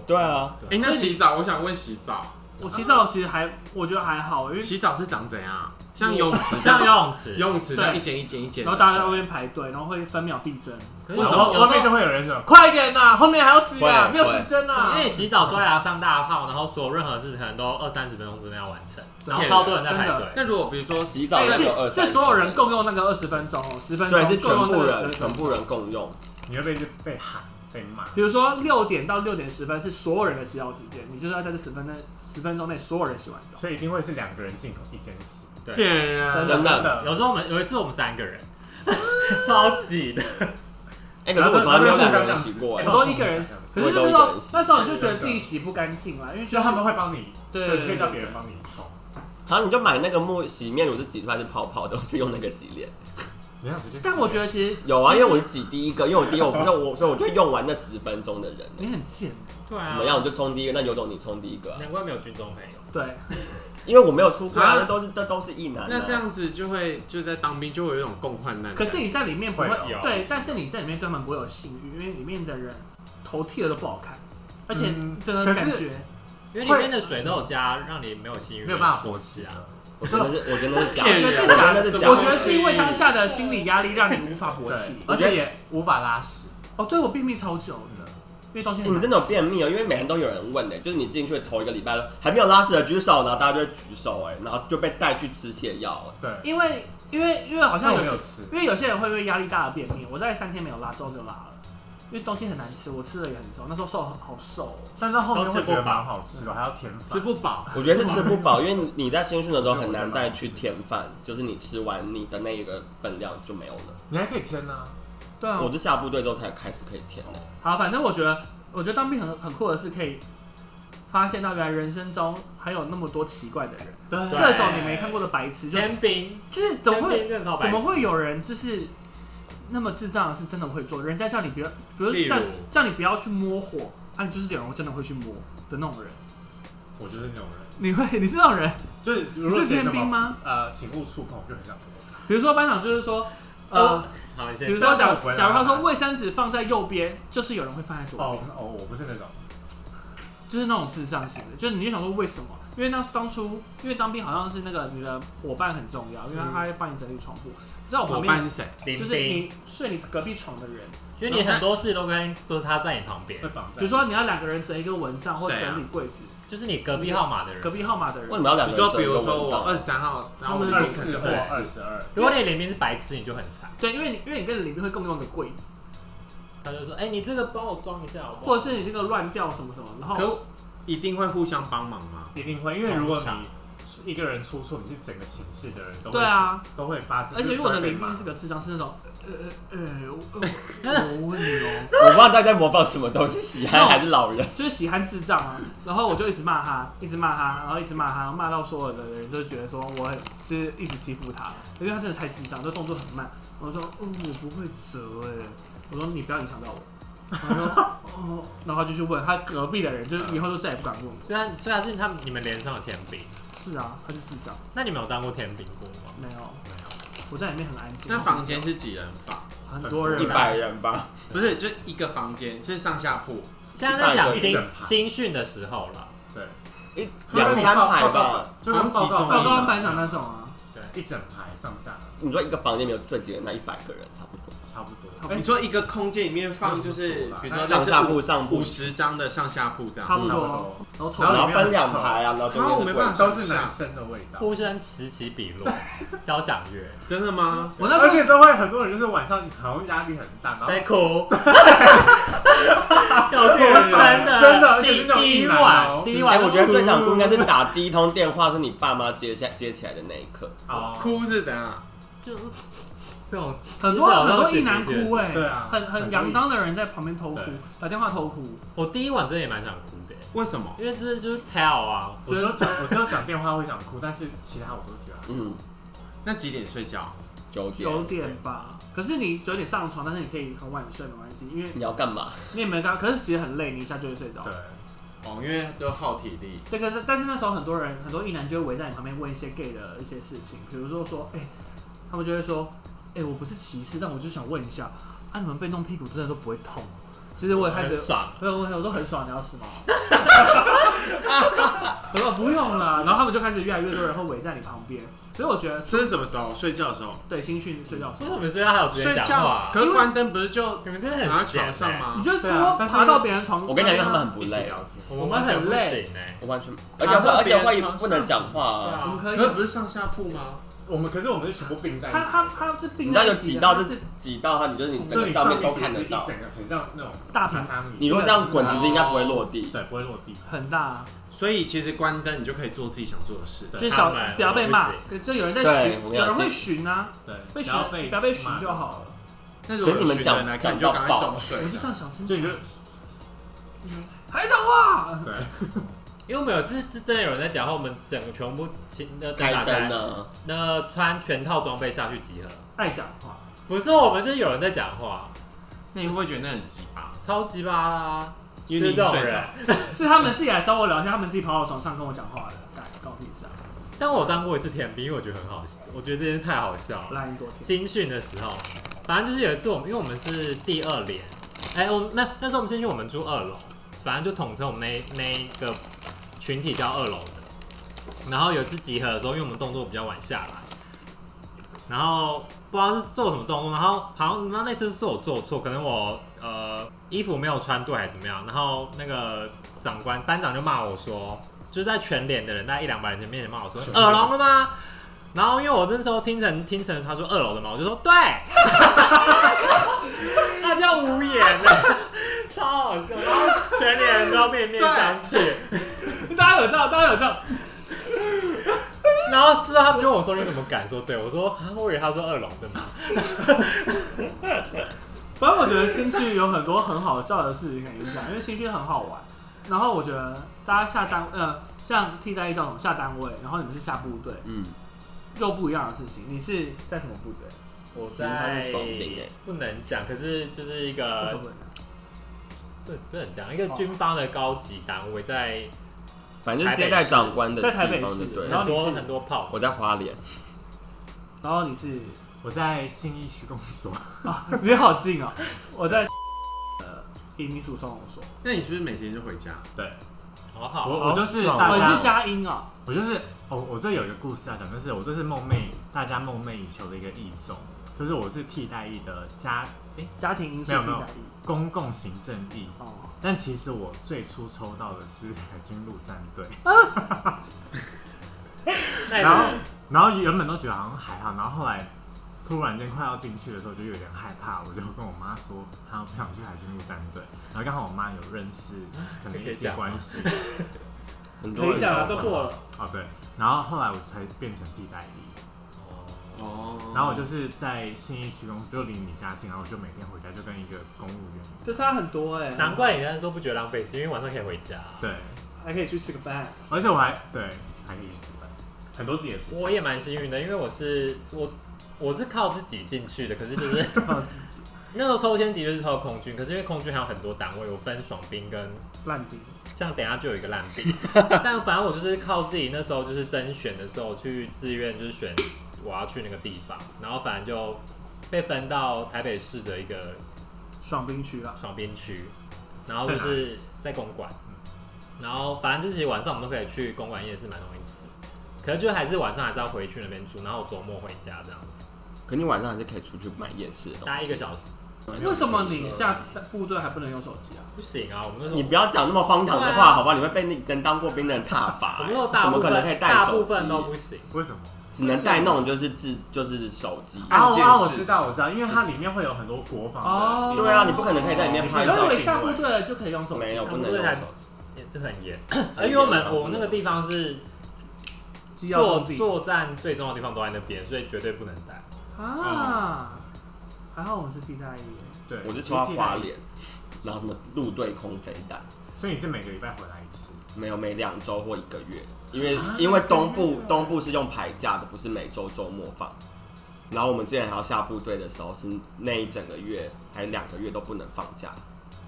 Speaker 3: 对啊，
Speaker 5: 哎，那洗澡，我想问洗澡，
Speaker 1: 我洗澡其实还我觉得还好，因为
Speaker 5: 洗澡是长怎样？ 像游泳池这
Speaker 2: 像
Speaker 5: 样，
Speaker 2: 游泳池。
Speaker 5: 游泳池这
Speaker 1: 对
Speaker 5: 样一间一间一间的，
Speaker 1: 然后大家在外面排队，然后会分秒必争，
Speaker 2: 可是
Speaker 4: 为
Speaker 2: 有
Speaker 4: 什
Speaker 2: 时候
Speaker 4: 么
Speaker 2: 有
Speaker 4: 后
Speaker 2: 时
Speaker 4: 面
Speaker 2: 候
Speaker 4: 就会有人说，
Speaker 5: 快点呐，后面还要洗啊，
Speaker 3: 会
Speaker 5: 没有时间呐
Speaker 2: 因。为洗澡、刷牙、上大号，然后所有任何事可能都二三十分钟之内要完成，然后超多人在排队。
Speaker 5: 那如果比如说
Speaker 3: 洗澡那
Speaker 1: 哎是
Speaker 3: 个二三
Speaker 1: 是
Speaker 3: 十
Speaker 1: 所有人共用那个二十分钟哦，十分钟
Speaker 3: 对是全
Speaker 1: 共
Speaker 3: 部
Speaker 1: 用那个
Speaker 3: 人全
Speaker 1: 10分钟
Speaker 3: 部人共用，
Speaker 4: 你会被就被喊被骂。
Speaker 1: 比如说六点到六点十分是所有人的洗澡时间，你就是要在这十分内十分钟内所有人洗完澡。
Speaker 4: 所以一定会是两个人进同一间室，
Speaker 5: 骗人，
Speaker 4: 真
Speaker 3: 真的。
Speaker 4: 的。
Speaker 2: 有时候我们有一次我们三个人， 超挤的，
Speaker 3: 哎，可是我从来没有两个人洗过哎
Speaker 1: 我。都一个人，可是那时候那时候你就觉得自己洗不干净了，因为觉
Speaker 4: 就
Speaker 1: 得
Speaker 4: 他们会帮你，
Speaker 1: 对
Speaker 4: 你可以叫别人帮你冲。
Speaker 3: 好，你就买那个沐洗面乳是挤出来是泡泡的，我就用那个洗脸。
Speaker 4: 没有直接。
Speaker 1: 但我觉得其实
Speaker 3: 有啊，
Speaker 1: 其
Speaker 3: 因为
Speaker 1: 实
Speaker 3: 我是挤第一个，因为我第一个我不是我，所以我就用完那十分钟的人。
Speaker 1: 你很贱，
Speaker 2: 对啊
Speaker 3: 怎么样？？我就冲第一个，那有种你冲第一个啊、
Speaker 2: 难怪没有军中朋友，
Speaker 1: 对，
Speaker 3: 因为我没有出过啊，
Speaker 5: 啊
Speaker 3: 那都是这都是一男、啊。
Speaker 5: 那这样子就会就在当兵就会有一种共患难。
Speaker 1: 可是你在里面不会
Speaker 4: 会
Speaker 2: 有
Speaker 1: 对，但是你在里面根本不会有性欲，因为里面的人头剃了都不好看，而且
Speaker 4: 嗯
Speaker 1: 整个
Speaker 4: 可是
Speaker 1: 感觉
Speaker 2: 因为里面的水都有加，让你没有性欲，
Speaker 4: 没有办法勃起啊。
Speaker 3: 我觉得是，我觉得是假
Speaker 5: 骗
Speaker 3: 的，
Speaker 5: 人
Speaker 3: 啊
Speaker 1: 我觉得是
Speaker 3: 我觉
Speaker 1: 假
Speaker 3: 得
Speaker 1: 的
Speaker 3: 是假
Speaker 1: 我
Speaker 3: 的
Speaker 1: 觉得是因为当下的心理压力让你无法勃起。
Speaker 4: 而且也无法拉屎。
Speaker 1: 哦，对我便秘超久的，因为东西
Speaker 5: 嗯
Speaker 3: 哎
Speaker 1: 很
Speaker 3: 你
Speaker 1: 难
Speaker 3: 真的有便秘哦，因为每天都有人问的、就是你进去的头一个礼拜还没有拉屎的举手，然后大家就会举手、哎，然后就被带去吃泻药、
Speaker 4: 对，
Speaker 1: 因为因为因为好像
Speaker 4: 那我
Speaker 1: 有
Speaker 4: 没有
Speaker 1: 些，
Speaker 4: 吃。
Speaker 1: 因为有些人会因为压力大的便秘，我在三天没有拉，之后就拉了，因为东西很难吃，我吃的也很重，那时候瘦好瘦、哦。
Speaker 4: 但到后面会觉得蛮好吃的，还要填
Speaker 5: 吃
Speaker 4: 饭。
Speaker 5: 不饱，
Speaker 3: 哎，我觉得是吃不饱，因为你在新训的时候很难再去添饭，就是你吃完你的那一个分量就没有了。
Speaker 4: 你还可以添啊，
Speaker 1: 对啊，
Speaker 3: 我是
Speaker 5: 嗯
Speaker 3: 下部队之后才开始可以添的、
Speaker 1: 好，反正我觉得我觉得当兵很很酷的是可以发现到原来人生中还有那么多奇怪的人，
Speaker 2: 对哎
Speaker 1: 各种你没看过的白痴，就
Speaker 2: 天兵，
Speaker 1: 就是怎么
Speaker 2: 天
Speaker 1: 会
Speaker 2: 兵更靠白
Speaker 1: 怎
Speaker 2: 痴
Speaker 1: 么会有人就是那么智障的事真的会做？人家叫你不要，比如
Speaker 2: 例如
Speaker 1: 叫叫你不要去摸火，啊，你就是这种人真的会去摸的那种人，
Speaker 4: 我就是那种人，
Speaker 1: 你会你是那种人，
Speaker 4: 就是如
Speaker 1: 你
Speaker 4: 果
Speaker 1: 是
Speaker 4: 谁
Speaker 1: 天
Speaker 4: 怎
Speaker 1: 兵
Speaker 4: 么
Speaker 1: 吗？
Speaker 4: 呃，请勿触碰，我就很想摸。
Speaker 1: 比如说班长就是说，呃
Speaker 2: 哦，好，你先
Speaker 1: 比如说假
Speaker 4: 不会啦
Speaker 1: 假如他说卫生纸放在右边，就是有人会放在左边。
Speaker 4: 哦哦，我不是那种，
Speaker 1: 就是那种智障型的，就是你就想说为什么？因为那当初，因为当兵好像是那个你的伙伴很重要，因为
Speaker 4: 嗯
Speaker 1: 他会帮你整理床铺。你知道我旁
Speaker 5: 伙伴
Speaker 1: 边
Speaker 5: 是谁？
Speaker 2: 林
Speaker 1: 就是
Speaker 2: 兵，
Speaker 1: 你睡你隔壁床的人，
Speaker 2: 因为你很多事都跟就是他在你旁边
Speaker 4: 会，绑在。
Speaker 1: 比如说你要两个人整一个蚊帐或
Speaker 5: 谁啊嗯
Speaker 1: 整理柜子，
Speaker 2: 就是你隔壁号码的人
Speaker 1: 隔。壁号码的
Speaker 3: 为什
Speaker 1: 人，
Speaker 3: 么要两
Speaker 5: 你
Speaker 3: 个人
Speaker 5: 说，
Speaker 3: 做
Speaker 5: 比
Speaker 3: 一个
Speaker 5: 如
Speaker 3: 文章？
Speaker 5: 说我二十三号，然后我
Speaker 1: 他们
Speaker 5: 就
Speaker 4: 二
Speaker 5: 可能
Speaker 4: 四或
Speaker 5: 二十
Speaker 4: 二十二，
Speaker 2: 如果你里面是白痴，你就很惨。
Speaker 1: 对，因为你因为你跟你邻居会共用一个柜子，
Speaker 2: 他就说：“哎、你这个帮我装一下好不好？”
Speaker 1: 或者是你那个乱掉什么什么，然后
Speaker 5: 哦可一定会互相帮忙吗？
Speaker 4: 一定会，因为如果你一个人出错，你是整个寝室的人都会
Speaker 1: 对，啊，
Speaker 4: 都会发生。
Speaker 1: 而且如果你
Speaker 4: 就
Speaker 1: 的
Speaker 4: 是会
Speaker 1: 邻
Speaker 4: 被骂
Speaker 1: 居是个智障，是那种呃呃呃，我呃我问你哦。
Speaker 3: 我不知道大家在模仿什么东西，喜憨还是老 人？
Speaker 1: 就是喜欢智障啊，然后我就一直骂他，一直骂他，然后一直骂他，骂到所有的人都觉得说我很就是一直欺负他，因为他真的太智障，就动作很慢。我说，哦，我不会折哎、我说你不要影响到 我。然后说，哦，然后他就去问他隔壁的人，就是以后就再也不敢问我。
Speaker 2: 虽然虽然是他们你们连上有天兵，
Speaker 1: 是啊，他是智障，
Speaker 2: 那你们有当过天兵过吗？
Speaker 1: 没有，我在里面很安静。
Speaker 5: 那房间是几人房？
Speaker 1: 很多人
Speaker 3: 一
Speaker 1: 啊，
Speaker 3: 百人吧，
Speaker 5: 不是，就一个房间，是上下铺。
Speaker 2: 现在在讲
Speaker 4: 一
Speaker 2: 新
Speaker 4: 整排
Speaker 2: 新训的时候了，
Speaker 4: 对，
Speaker 3: 一两三排吧。
Speaker 4: 就跟报告
Speaker 5: 好像集中
Speaker 1: 报告班长那种啊，
Speaker 4: 一整排上下
Speaker 3: 你说一个房间没有最几个人，那一百个人差不多。
Speaker 4: 差不多。
Speaker 1: 差不
Speaker 5: 你
Speaker 1: 多，
Speaker 5: 说一个空间里面放，就是
Speaker 4: 哎那不错啦
Speaker 5: 比如说
Speaker 3: 上下铺上铺
Speaker 5: 五十张的上下铺这
Speaker 1: 差
Speaker 5: 样。
Speaker 1: 不
Speaker 3: 差
Speaker 1: 多
Speaker 4: 不多，
Speaker 1: 然后抽
Speaker 4: 然
Speaker 3: 然
Speaker 1: 到
Speaker 3: 后
Speaker 4: 后
Speaker 3: 分两排啊，然后中
Speaker 5: 然后
Speaker 3: 间
Speaker 5: 我
Speaker 3: 是
Speaker 5: 没
Speaker 3: 柜
Speaker 5: 办
Speaker 3: 子。
Speaker 5: 法
Speaker 4: 都是男生的味道，
Speaker 2: 呼声此起彼落，交响乐
Speaker 5: 真的吗？
Speaker 1: 我那时
Speaker 4: 而
Speaker 1: 候
Speaker 4: 且都会很多人就是晚上好像压力很大，然后
Speaker 2: 在哭，有哭声的，
Speaker 4: 真的而且
Speaker 2: 第
Speaker 4: 是那种
Speaker 2: 第一
Speaker 4: 一男
Speaker 2: 晚
Speaker 4: 哦
Speaker 2: 第一
Speaker 3: 哎、
Speaker 2: 晚，
Speaker 3: 我觉得最想哭应该是打第一通电话是你爸妈接下接起来的那一刻。
Speaker 4: 哦，
Speaker 5: 哭是怎样？
Speaker 2: 就是这种
Speaker 1: 很多很多
Speaker 2: 一
Speaker 1: 一男哭哎、
Speaker 4: 对啊
Speaker 1: 很很
Speaker 4: 很
Speaker 1: 阳刚的人在旁边偷哭
Speaker 4: 对，
Speaker 1: 打电话偷哭，
Speaker 2: 我第一晚真的也蛮想哭的，
Speaker 5: 为什么？
Speaker 2: 因为这就是 tell 啊，
Speaker 4: 我只有讲，我只有讲电话会想哭，但是其他我都觉得
Speaker 3: 嗯，
Speaker 5: 那几点睡觉？
Speaker 3: 九点。
Speaker 1: 九点吧。可是你九点上床，但是你可以很晚睡，没关系，因为
Speaker 3: 你要干嘛？
Speaker 1: 你也没干。可是其实很累，你一下就会睡着
Speaker 4: 对。。
Speaker 5: 哦，因为都耗体力。
Speaker 1: 对，可是但是那时候很多人很多一男就会围在你旁边问一些 gay 的一些事情，比如说说，哎、他们就会说，哎、我不是歧视，但我就想问一下，啊，你们被弄屁股真的都不会痛吗？就是我也开
Speaker 2: 很
Speaker 1: 始
Speaker 2: 爽，
Speaker 1: 没有问题，我说很爽，你要吃吗？ 我说不用了，然后他们就开始越来越多人会围在你旁边，所以我觉得
Speaker 5: 这是什么时候？睡觉的时候。
Speaker 1: 对新训睡觉的时
Speaker 2: 为
Speaker 1: 候
Speaker 2: 什么睡觉还有时
Speaker 5: 睡
Speaker 2: 间讲
Speaker 5: 觉
Speaker 2: 话？啊
Speaker 5: 可是关灯不是就
Speaker 2: 你们真的
Speaker 5: 躺在
Speaker 2: 很闲欸
Speaker 5: 床上？
Speaker 1: 你
Speaker 5: 吗？
Speaker 1: 就多
Speaker 4: 对啊但是
Speaker 1: 爬到别人床，
Speaker 3: 我跟你讲，因为他们很不
Speaker 4: 一起
Speaker 3: 累，
Speaker 4: 聊天，
Speaker 2: 我们很累哎，
Speaker 3: 我完全，而且会
Speaker 5: 啊
Speaker 3: 而且
Speaker 5: 别
Speaker 3: 会
Speaker 5: 人床上
Speaker 3: 不能讲话啊。
Speaker 1: 我们可
Speaker 5: 可
Speaker 1: 以
Speaker 5: 呃是不是上下铺吗？
Speaker 4: 我们可是我们是全部并在一起，
Speaker 1: 他他他是
Speaker 3: 你
Speaker 1: 并
Speaker 3: 知道
Speaker 1: 在
Speaker 3: 有
Speaker 1: 一起
Speaker 3: 挤
Speaker 1: 的，
Speaker 3: 到
Speaker 1: 他
Speaker 3: 就是挤到它，你就是你整
Speaker 4: 所以
Speaker 3: 个
Speaker 4: 你
Speaker 3: 上面都
Speaker 4: 其
Speaker 3: 看
Speaker 4: 实
Speaker 3: 得
Speaker 4: 是
Speaker 3: 到
Speaker 4: 一。整个很像那种
Speaker 1: 大屏
Speaker 4: 榻榻米，
Speaker 3: 你如果这样滚，其实应该不会落地。
Speaker 4: 对不会落地，
Speaker 1: 很大，啊
Speaker 5: 所以其实关灯你就可以做自己想做的事。
Speaker 1: 就是
Speaker 2: 他
Speaker 1: 小
Speaker 2: 们
Speaker 1: 不要被骂
Speaker 2: 我不，
Speaker 1: 可就有人在
Speaker 3: 对
Speaker 1: 巡，
Speaker 3: 我跟
Speaker 1: 有
Speaker 3: 你讲
Speaker 1: 人会巡啊，
Speaker 4: 对，
Speaker 1: 被巡
Speaker 4: 然后被
Speaker 1: 不要被巡就
Speaker 4: 骂
Speaker 1: 好了。
Speaker 5: 那如果有
Speaker 3: 可是你们讲
Speaker 5: 学人来看，你就赶快
Speaker 3: 讲到爆
Speaker 5: 装睡
Speaker 1: 我。就这样小声
Speaker 4: 就你就
Speaker 1: 讲，还讲话，
Speaker 4: 对，
Speaker 2: 因为我们有次是真的有人在讲话，我们整个全部请那个
Speaker 3: 开
Speaker 2: 打开
Speaker 3: 灯啊呢？
Speaker 2: 那穿全套装备下去集合，
Speaker 1: 爱讲话，
Speaker 2: 不是我们就是有人在讲话，啊
Speaker 5: 那你会不会觉得那很鸡巴？
Speaker 2: 超级巴啦，
Speaker 5: 因为你已经
Speaker 2: 就是这种
Speaker 5: 睡
Speaker 2: 人
Speaker 5: 着。。
Speaker 1: 是他们自己来找我聊天，他们自己跑到我床上跟我讲话的，干搞屁事啊！
Speaker 2: 但我当过一次甜兵，因为我觉得很好，我觉得这件事太好笑了。
Speaker 1: 烂一多天，
Speaker 2: 新训的时候，反正就是有一次我们，因为我们是第二连，哎、我们那那时候我们新训，我们住二楼，反正就统称我们那那一个群体叫二楼的。然后有一次集合的时候，因为我们动作比较晚下来，然后不知道是做什么动作，然后好像那那次是我做错，可能我呃衣服没有穿对还是怎么样，然后那个长官班长就骂我说，就是在全连的人，大概一两百人前面骂我说
Speaker 4: 全
Speaker 2: 你
Speaker 4: 连
Speaker 2: 耳聋了吗？然后因为我那时候听成听成他说二楼的嘛，我就说对， 他叫无言了，超好笑，然后全连人都面面相觑，
Speaker 1: 大家有照，大家有照，
Speaker 2: 然后是他们就问我说你怎么敢说对，我说啊我以为他说二楼的嘛，
Speaker 1: 反正我觉得新剧有很多很好笑的事情可以讲，因为新剧很好玩。然后我觉得大家下单呃，像替代役这种下单位，然后你们是下部队，
Speaker 3: 嗯，
Speaker 1: 又不一样的事情。你是在什么部队？
Speaker 2: 我
Speaker 3: 其实他
Speaker 2: 在
Speaker 3: 是爽兵哎，
Speaker 2: 不能讲，可是就是一
Speaker 1: 为什么
Speaker 2: 个
Speaker 1: 不能讲
Speaker 2: 对不能讲，一个军方的高级单位，在
Speaker 3: 反正接待长官的
Speaker 1: 在台北
Speaker 3: 地方
Speaker 1: 市
Speaker 3: 就对
Speaker 1: 然
Speaker 3: 了。
Speaker 1: 后
Speaker 2: 很
Speaker 1: 你是
Speaker 2: 多很多炮，
Speaker 3: 我在花莲，
Speaker 1: 然后你是，
Speaker 4: 我在信义区公 所，
Speaker 1: 你好近哦，我在 呃移民署收容所，
Speaker 5: 那你是不是每天就回家？
Speaker 4: 对
Speaker 2: 好
Speaker 3: 哦
Speaker 2: 好
Speaker 4: 我
Speaker 2: 好。
Speaker 4: 我就是
Speaker 5: 爽
Speaker 4: 大
Speaker 1: 我
Speaker 4: 家
Speaker 1: 哦是佳音哦，
Speaker 4: 我就是哦，我这有一个故事要讲，就是我这是梦寐大家梦寐以求的一个义种，就是我是替代役的家诶
Speaker 1: 家庭因素
Speaker 4: 没
Speaker 1: 替
Speaker 4: 有没有
Speaker 1: 代役
Speaker 4: 公共行政役，
Speaker 1: 哦，
Speaker 4: 但其实我最初抽到的是海军陆战 队，
Speaker 2: 那你
Speaker 4: 然后然后原本都觉得好像还好，然后后来突然间快要进去的时候，我就有点害怕，我就跟我妈说，她不想去海军陆战队，然后刚好我妈有认识可能一
Speaker 2: 可以讲
Speaker 4: 些
Speaker 2: 吗
Speaker 4: 关系，
Speaker 3: 很多
Speaker 1: 等一
Speaker 3: 人
Speaker 1: 下啊
Speaker 3: 都
Speaker 1: 都过了，
Speaker 4: 哦对，然后后来我才变成替代役。
Speaker 5: 哦，
Speaker 4: 然后我就是在信义区公司，就离你家近，然后我就每天回家就跟一个公务员，
Speaker 1: 这差很多哎，
Speaker 2: 难怪你刚才说不觉得浪费，是因为晚上可以回家。
Speaker 4: 对，
Speaker 1: 还可以去吃个饭，
Speaker 4: 而且我还对还可以吃饭，很多自己的事
Speaker 2: 我也蛮幸运的，因为我是我我是靠自己进去的，可是就是
Speaker 1: 靠自己
Speaker 2: 那时候抽签的确是抽空军，可是因为空军还有很多单位，我分爽兵跟
Speaker 1: 烂兵。
Speaker 2: 像等一下就有一个烂病，但反正我就是靠自己那时候就是甄选的时候去自愿就是选我要去那个地方，然后反正就被分到台北市的一个
Speaker 1: 爽兵区啦，
Speaker 2: 爽边区，然后就是在公馆，然后反正就是其实晚上我们都可以去公馆夜市买东西吃，可是就还是晚上还是要回去那边住，然后我周末回家这样子，
Speaker 3: 可你晚上还是可以出去买夜市的东
Speaker 2: 大概
Speaker 3: 西。
Speaker 2: 一个小时
Speaker 1: 为什么你下部队还不能用手机啊？
Speaker 2: 不行啊，我们那时候
Speaker 3: 你不要讲那么荒唐的
Speaker 2: 对啊
Speaker 3: 话，好不好？你会被那跟当过兵的人挞伐、欸
Speaker 2: 我们那时候大
Speaker 3: 怎么
Speaker 2: 部
Speaker 3: 可能
Speaker 2: 分
Speaker 3: 可以带
Speaker 2: 大
Speaker 3: 手
Speaker 2: 部分
Speaker 3: 机？
Speaker 2: 都不啊行，
Speaker 4: 为什么？
Speaker 3: 只能带那种就是自就是手机。
Speaker 4: 啊
Speaker 5: 按键
Speaker 4: 啊，我
Speaker 5: 式
Speaker 4: 知道我知道，因为它里面会有很多国防
Speaker 1: 哦
Speaker 4: 的，
Speaker 3: 对啊，你不可能可以在里面拍
Speaker 1: 我以
Speaker 3: 照
Speaker 1: 为。下部队了就可以用手
Speaker 3: 没
Speaker 1: 机
Speaker 3: 有，
Speaker 1: 啊，
Speaker 3: 不能用手机。
Speaker 2: 也是很严，
Speaker 3: 很严
Speaker 2: 因为我们
Speaker 3: 啊
Speaker 2: 我那个地方是
Speaker 1: 机要
Speaker 2: 作
Speaker 1: 用地
Speaker 2: 作战最重要的地方都在那边，所以绝对不能带。
Speaker 4: 哎
Speaker 1: 啊。还好我们是替代役耶，
Speaker 4: 对，
Speaker 3: 我是抽到
Speaker 4: 替代
Speaker 3: 花莲，然后什么陆队空飞弹，
Speaker 4: 所以你是每个礼拜回来一次，
Speaker 3: 没有每两周或一个月，因为
Speaker 2: 啊
Speaker 3: 因为东部东部是用排假的，不是每周周末放。然后我们之前还要下部队的时候，是那一整个月还两个月都不能放假。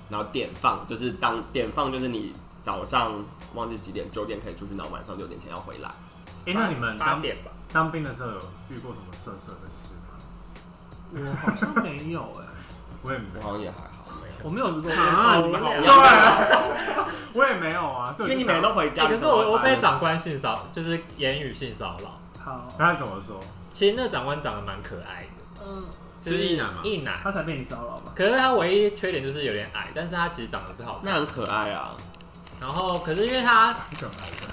Speaker 3: 然后点放就是当点放就是你早上忘记几点九点可以出去，然后晚上六点前要回来。
Speaker 4: 哎，那你们
Speaker 2: 八
Speaker 4: 当
Speaker 2: 点吧？
Speaker 4: 当兵的时候有遇过什么色色的事吗？
Speaker 1: 我好像没有哎，
Speaker 4: 我也没
Speaker 3: 我
Speaker 4: 有，
Speaker 3: 好像也还好，
Speaker 1: 我没有遇过。
Speaker 4: 啊
Speaker 2: 你们好无
Speaker 4: 对啊， 我也没有啊，所
Speaker 3: 因
Speaker 4: 以我就
Speaker 3: 为你每
Speaker 4: 想
Speaker 3: 天都回家。
Speaker 2: 欸
Speaker 3: 你
Speaker 2: 可是
Speaker 3: 怎么会
Speaker 2: 我我
Speaker 3: 发现
Speaker 2: 被长官性骚，就是言语性骚扰。
Speaker 1: 好，
Speaker 4: 他怎么说？
Speaker 2: 其实那长官长得蛮可爱的，
Speaker 1: 嗯，
Speaker 2: 就是
Speaker 5: 一男吗
Speaker 2: 一男。
Speaker 1: 他才被你骚扰吧？
Speaker 2: 可是他唯一缺点就是有点矮，但是他其实长得是好看。
Speaker 3: 那很可爱啊，
Speaker 2: 然后可是因为他，
Speaker 4: 你怎么来着？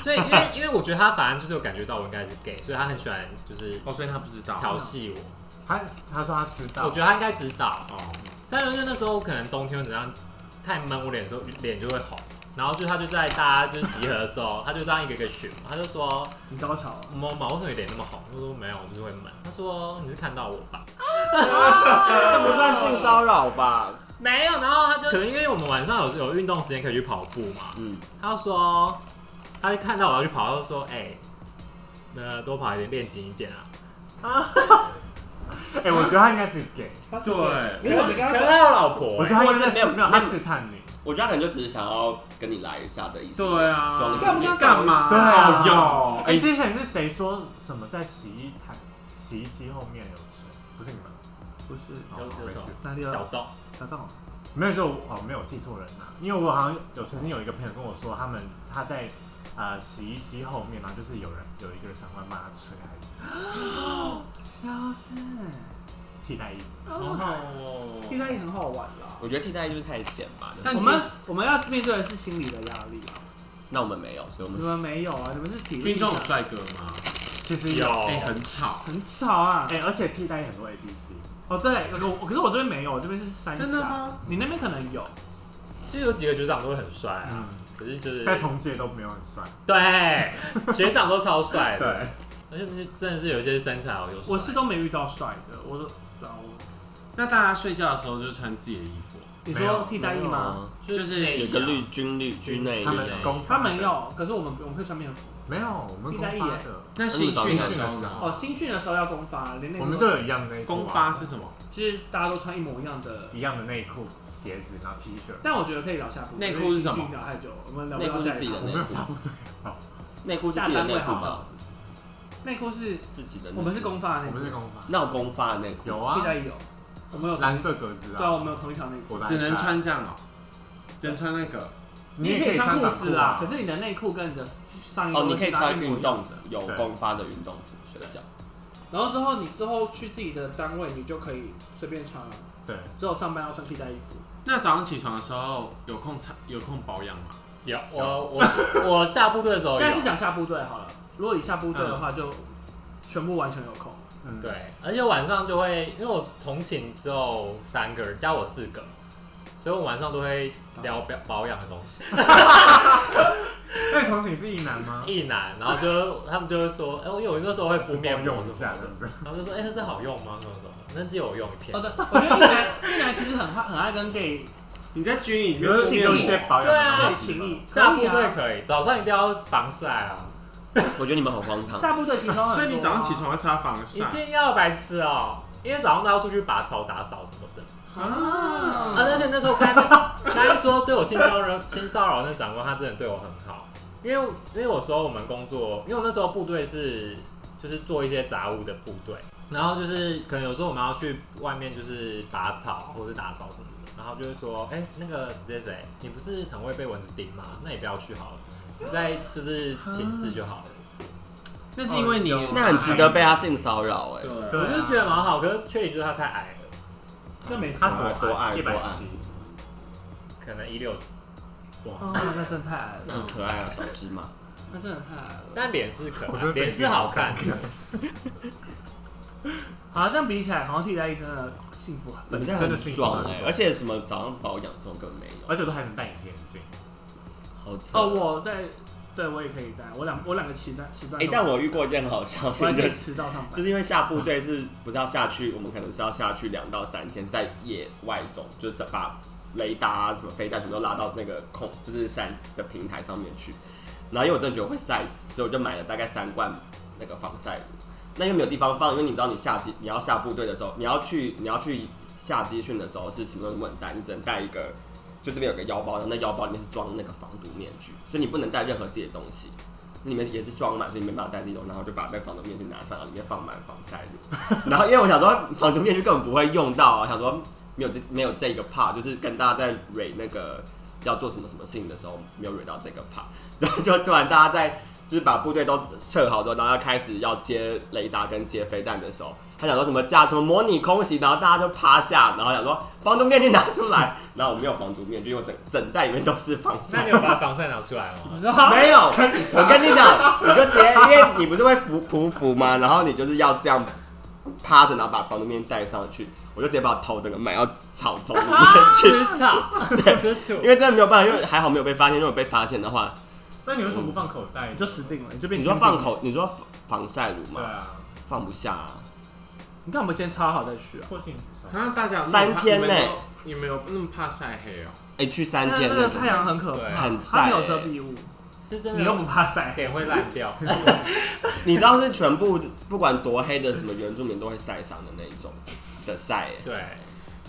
Speaker 2: 所以因为因为我觉得他反正就是有感觉到我应该是 gay，所以他很喜欢就是
Speaker 5: 哦，所以他不知道。
Speaker 2: 调戏我。
Speaker 4: 他他说他知
Speaker 2: 我
Speaker 4: 道
Speaker 2: 觉，得他应该知道，
Speaker 5: 哦，
Speaker 2: 虽然就是那时候可能冬天或怎样太闷，我脸的时候脸就会红。然后就他就在大家就是集合的时候，他就这样一个一个选嘛，他就说
Speaker 1: 你高潮啊？
Speaker 2: 某某为什么脸那么红？我说没有，我就是会闷。他说你是看到我吧？
Speaker 3: 这不算性骚扰吧？
Speaker 2: 没有，然后他就可能因为我们晚上有有运动时间可以去跑步嘛，
Speaker 3: 嗯，
Speaker 2: 他就说他就看到我要去跑，他就说哎、那多跑一点，练紧一点啊。
Speaker 4: 哎，我觉得他应该是 gay，
Speaker 5: 对，
Speaker 1: 没有，你刚
Speaker 2: 可是他有老
Speaker 4: 我
Speaker 2: 婆、
Speaker 4: 觉
Speaker 2: 欸，
Speaker 4: 得他应该
Speaker 3: 没有
Speaker 4: 是没有，
Speaker 3: 没
Speaker 4: 他
Speaker 3: 有
Speaker 4: 试探你。
Speaker 3: 我觉得他可能就只是想要跟你来一下的意思。
Speaker 5: 对啊
Speaker 3: 双
Speaker 1: 干
Speaker 3: 性
Speaker 1: 嘛
Speaker 3: 恋
Speaker 5: 干嘛？
Speaker 4: 对啊，
Speaker 5: 有
Speaker 4: 哎、
Speaker 5: 哎，
Speaker 4: 之前是谁说什么在洗衣台、洗衣机后面有水？不是你们？
Speaker 1: 不是
Speaker 2: 有
Speaker 4: 哦，
Speaker 2: 有
Speaker 4: 没事，
Speaker 1: 哪里有
Speaker 2: 小洞，
Speaker 1: 小洞？
Speaker 4: 没有就哦，没有记错人啊。因为我好像有曾经有一个朋友跟我说，他们他在呃洗衣机后面，然后就是有人有一个人长官帮他吹，还是
Speaker 1: 就是
Speaker 4: 替代役。
Speaker 1: 哦替代役很好玩啦。
Speaker 3: 我觉得替代就是太闲吧。
Speaker 5: 但
Speaker 1: 我
Speaker 5: 其
Speaker 1: 们
Speaker 5: 实
Speaker 1: 我们要面对的是心理的压力啊，
Speaker 3: 那我们没有，所以我
Speaker 1: 你
Speaker 3: 们
Speaker 1: 们没有啊？你们是体育
Speaker 5: 军中有
Speaker 1: 的
Speaker 5: 帅哥吗？
Speaker 4: 其实
Speaker 2: 有
Speaker 5: 哎，很吵，
Speaker 1: 很吵啊。
Speaker 4: 哎、而且替代役很多 A B C，
Speaker 1: 哦，对，那个我可是我这边没有，我这边是三峡。
Speaker 5: 真的吗？
Speaker 1: 你那边可能有，
Speaker 2: 就有几个学长都会很帅啊，
Speaker 4: 嗯，
Speaker 2: 可是就是
Speaker 4: 在同届都没有很帅。
Speaker 2: 对学长都超帅的，
Speaker 4: 对，
Speaker 2: 而且那些真的是有一些身材好就帅
Speaker 1: 我是都没遇到帅的，我都对啊，我
Speaker 5: 那大家睡觉的时候就穿自己的衣服，
Speaker 1: 你
Speaker 4: 没
Speaker 1: 说
Speaker 4: 有
Speaker 1: 替代役吗？？
Speaker 2: 就是内
Speaker 3: 有啊
Speaker 2: 衣
Speaker 3: 个
Speaker 2: 啊
Speaker 3: 绿军绿军内衣
Speaker 4: 他们
Speaker 3: 啊，
Speaker 4: 公
Speaker 1: 他
Speaker 4: 发的
Speaker 1: 们有，可是我们我们可以穿便服。
Speaker 4: 没有？我们
Speaker 1: 替
Speaker 4: 公
Speaker 1: 代役
Speaker 4: 发
Speaker 1: 耶
Speaker 4: 的，
Speaker 5: 那新训的时候
Speaker 1: 哦，
Speaker 5: 呢？
Speaker 1: 新训的时候要公发，连内
Speaker 4: 我
Speaker 1: 裤
Speaker 4: 们
Speaker 1: 都
Speaker 4: 就有一样的内裤啊
Speaker 5: 公发是什么？
Speaker 1: 其实大家都穿一模一样的，
Speaker 4: 一样的内裤、鞋子，然后 T 恤。
Speaker 1: 但我觉得可以聊下部。
Speaker 5: 内裤是什么
Speaker 1: 因为新训聊太久，我们聊不
Speaker 3: 内
Speaker 1: 到
Speaker 3: 裤是
Speaker 1: 下
Speaker 3: 自
Speaker 1: 一
Speaker 3: 己的
Speaker 1: 趴
Speaker 4: 我
Speaker 3: 内
Speaker 4: 没有
Speaker 3: 裤，
Speaker 4: 下部队，好，
Speaker 3: 内裤是自己的内裤
Speaker 1: 下单位好
Speaker 3: 吧？
Speaker 1: 内裤是
Speaker 3: 自己的内裤，
Speaker 1: 我们是公发
Speaker 4: 我
Speaker 1: 的内裤
Speaker 4: 们，是公 发，
Speaker 3: 那有公发的内裤，
Speaker 4: 有
Speaker 1: 替
Speaker 4: 啊
Speaker 1: 代，役有，哦我们有
Speaker 4: 蓝色格子
Speaker 1: 对啊，
Speaker 4: 啊，
Speaker 1: 我们有同一条内裤。
Speaker 4: 我的还
Speaker 5: 只能
Speaker 4: 在，
Speaker 5: 穿这样哦，只能穿那个。
Speaker 4: 你
Speaker 1: 也
Speaker 4: 也
Speaker 1: 可
Speaker 4: 可
Speaker 1: 以
Speaker 4: 以
Speaker 1: 穿
Speaker 4: 穿
Speaker 1: 裤
Speaker 4: 短
Speaker 1: 子
Speaker 4: 裤
Speaker 1: 啊
Speaker 4: 啊，
Speaker 1: 可是你的内裤跟你的上衣
Speaker 3: 哦，你可以穿
Speaker 1: 都是搭一模
Speaker 3: 运
Speaker 1: 一样
Speaker 3: 动
Speaker 1: 的
Speaker 3: 服，有
Speaker 4: 对
Speaker 3: 公发的运动服睡觉。
Speaker 1: 然后之后你之后去自己的单位，你就可以随便穿了。
Speaker 4: 对，
Speaker 1: 只有上班要穿替代衣服。
Speaker 5: 那早上起床的时候有空擦有空保养吗？
Speaker 2: 有我 我我下部队的时
Speaker 3: 哦
Speaker 2: 候
Speaker 1: 现
Speaker 2: 有
Speaker 1: 在是讲下部队好了，如果你下部队的话，就全部完全有空。
Speaker 4: 嗯，
Speaker 2: 对，而且晚上就会，因为我同寝只有三个人，加我四个，所以我晚上都会聊保保养的东
Speaker 4: 哦
Speaker 2: 西。
Speaker 4: 那你同寝是一男吗？
Speaker 2: 一男，然后就他们就会说，哎、我有那时候会敷面膜
Speaker 4: 用一
Speaker 2: 什
Speaker 4: 下
Speaker 2: 么
Speaker 4: 对
Speaker 2: 的，
Speaker 4: 不对？
Speaker 2: 然后就说，哎、那是好用吗？什么什么，那只有我用一片
Speaker 4: 啊
Speaker 1: 哦，。对，我觉得一男一男其实很爱很爱跟 gay
Speaker 5: 你在军营
Speaker 4: 有
Speaker 5: 亲
Speaker 4: 有一
Speaker 5: 密
Speaker 4: 些保养的
Speaker 1: 对
Speaker 4: 东西
Speaker 1: 情谊
Speaker 4: 吧，
Speaker 2: 下部
Speaker 1: 可以啊
Speaker 2: 队可以，早上一定要防晒啊，
Speaker 3: 我觉得你们很荒唐。
Speaker 1: 下部队其实很多啊
Speaker 5: 所以你早上起床要擦防
Speaker 2: 一
Speaker 4: 啊
Speaker 5: 晒
Speaker 2: 定要白痴哦、因为早上都要出去拔草、打扫什么的。
Speaker 1: 啊
Speaker 2: 啊，而且那时候刚 刚说对我性骚扰性骚扰那长官，他真的对我很好，因为因为我说我们工作，因为我那时候部队是就是做一些杂物的部队，然后就是可能有时候我们要去外面就是拔草啊或者打扫什么的，然后就会说，哎、那个谁谁谁，你不是很会被蚊子叮吗？那你不要去好了，你在就是寝室就 好了。
Speaker 5: 那是因为你
Speaker 3: 那很值得被他性骚扰哎，
Speaker 5: 对
Speaker 4: 对
Speaker 2: 我
Speaker 4: 哦啊
Speaker 2: 就觉得蛮好，可是缺点就是他太矮了，
Speaker 1: 那没
Speaker 4: 他
Speaker 1: 差。
Speaker 3: 多多爱
Speaker 4: 一
Speaker 3: 多
Speaker 4: 百
Speaker 3: 爱
Speaker 4: 七，
Speaker 2: 可能一六几，
Speaker 1: 哦，那真的太矮了，
Speaker 3: 那很可爱啊，小芝麻。
Speaker 1: 那真的太矮了。
Speaker 2: 但脸是可
Speaker 4: 我真
Speaker 2: 爱，
Speaker 4: 的
Speaker 2: 脸是好看。
Speaker 1: 好，这样比起来，好像替代役真的幸福很
Speaker 3: 你
Speaker 1: 多。
Speaker 3: 们这样
Speaker 4: 真的
Speaker 3: 很
Speaker 4: 是
Speaker 3: 爽哎、
Speaker 4: 一个
Speaker 3: 而且什么早上保养这种根本没有，
Speaker 4: 而且我都还能戴隐形眼镜，
Speaker 3: 好扯
Speaker 1: 哦，我在，对我也可以带，我两我两个期待期待。
Speaker 3: 哎、但我遇过一件很好笑的
Speaker 1: 我
Speaker 3: 事
Speaker 1: 还可
Speaker 3: 情，就
Speaker 1: 以
Speaker 3: 是
Speaker 1: 迟到上班
Speaker 3: 就。是因为下部队是不是要下去，我们可能是要下去两到三天，在野外中，就是把雷达、啊、什么飞弹全部都拉到那个空，就是山的平台上面去。然后因为我真的觉得我会晒死，所以我就买了大概三罐那个防晒乳。那又没有地方放，因为你知道你下机你要下部队的时候，你要去你要去下机训的时候是什么都不能带，你只能带一个，就这边有个腰包，然后那腰包里面是装那个防毒面具，所以你不能带任何自己的东西。里面也是装满，所以没办法带这种，然后就把那防毒面具拿出来，然后里面放满防晒乳。 然后因为我想说防毒面具根本不会用到啊，想说没有这没有这一个 part，就是跟大家在蕊那个要做什么什么事情的时候没有蕊到这个 part，然后就突然大家在就是把部队都设好之后，然后要开始要接雷达跟接飞弹的时候，他想说什么架什么模拟空袭，然后大家就趴下，然后想说防毒面具拿出来，然后我没有防毒面具，因为我整整袋里面都是防晒
Speaker 2: 那你有把防晒拿出来吗？
Speaker 1: 你知道吗？
Speaker 3: 没有，我跟你讲，你就直接，因为你不是会扶匍匐吗？然后你就是要这样趴着，然后把防毒面戴上去。我就直接把头整个埋到草丛里面去，
Speaker 2: 吃草，吃土
Speaker 3: 因。为真的没有办法，因为还好没有被发现。如果被发现的话，
Speaker 4: 那你为什么不放口袋？
Speaker 1: 你就死定了，你就变
Speaker 3: 你
Speaker 1: 成
Speaker 3: 说放口，你说防晒乳
Speaker 4: 对
Speaker 3: 嘛，
Speaker 4: 啊，
Speaker 3: 放不下、啊。
Speaker 1: 你干嘛先擦好再去啊？
Speaker 4: 或是你手
Speaker 5: 啊，大家
Speaker 3: 三天呢
Speaker 5: 你们有那么怕晒黑哦？
Speaker 3: 哎、去三
Speaker 1: 那
Speaker 3: 天
Speaker 1: 那
Speaker 3: 那
Speaker 1: 个
Speaker 3: 种
Speaker 1: 太阳很可怕，
Speaker 3: 很
Speaker 1: 它
Speaker 3: 晒、
Speaker 1: 没有遮
Speaker 3: 欸。
Speaker 1: 蔽物，
Speaker 2: 是真的，
Speaker 1: 你又不怕晒。
Speaker 2: 脸会烂掉。
Speaker 3: 你知道是全部不管多黑的什么原住民都会晒伤的那一种的晒、欸，
Speaker 2: 对，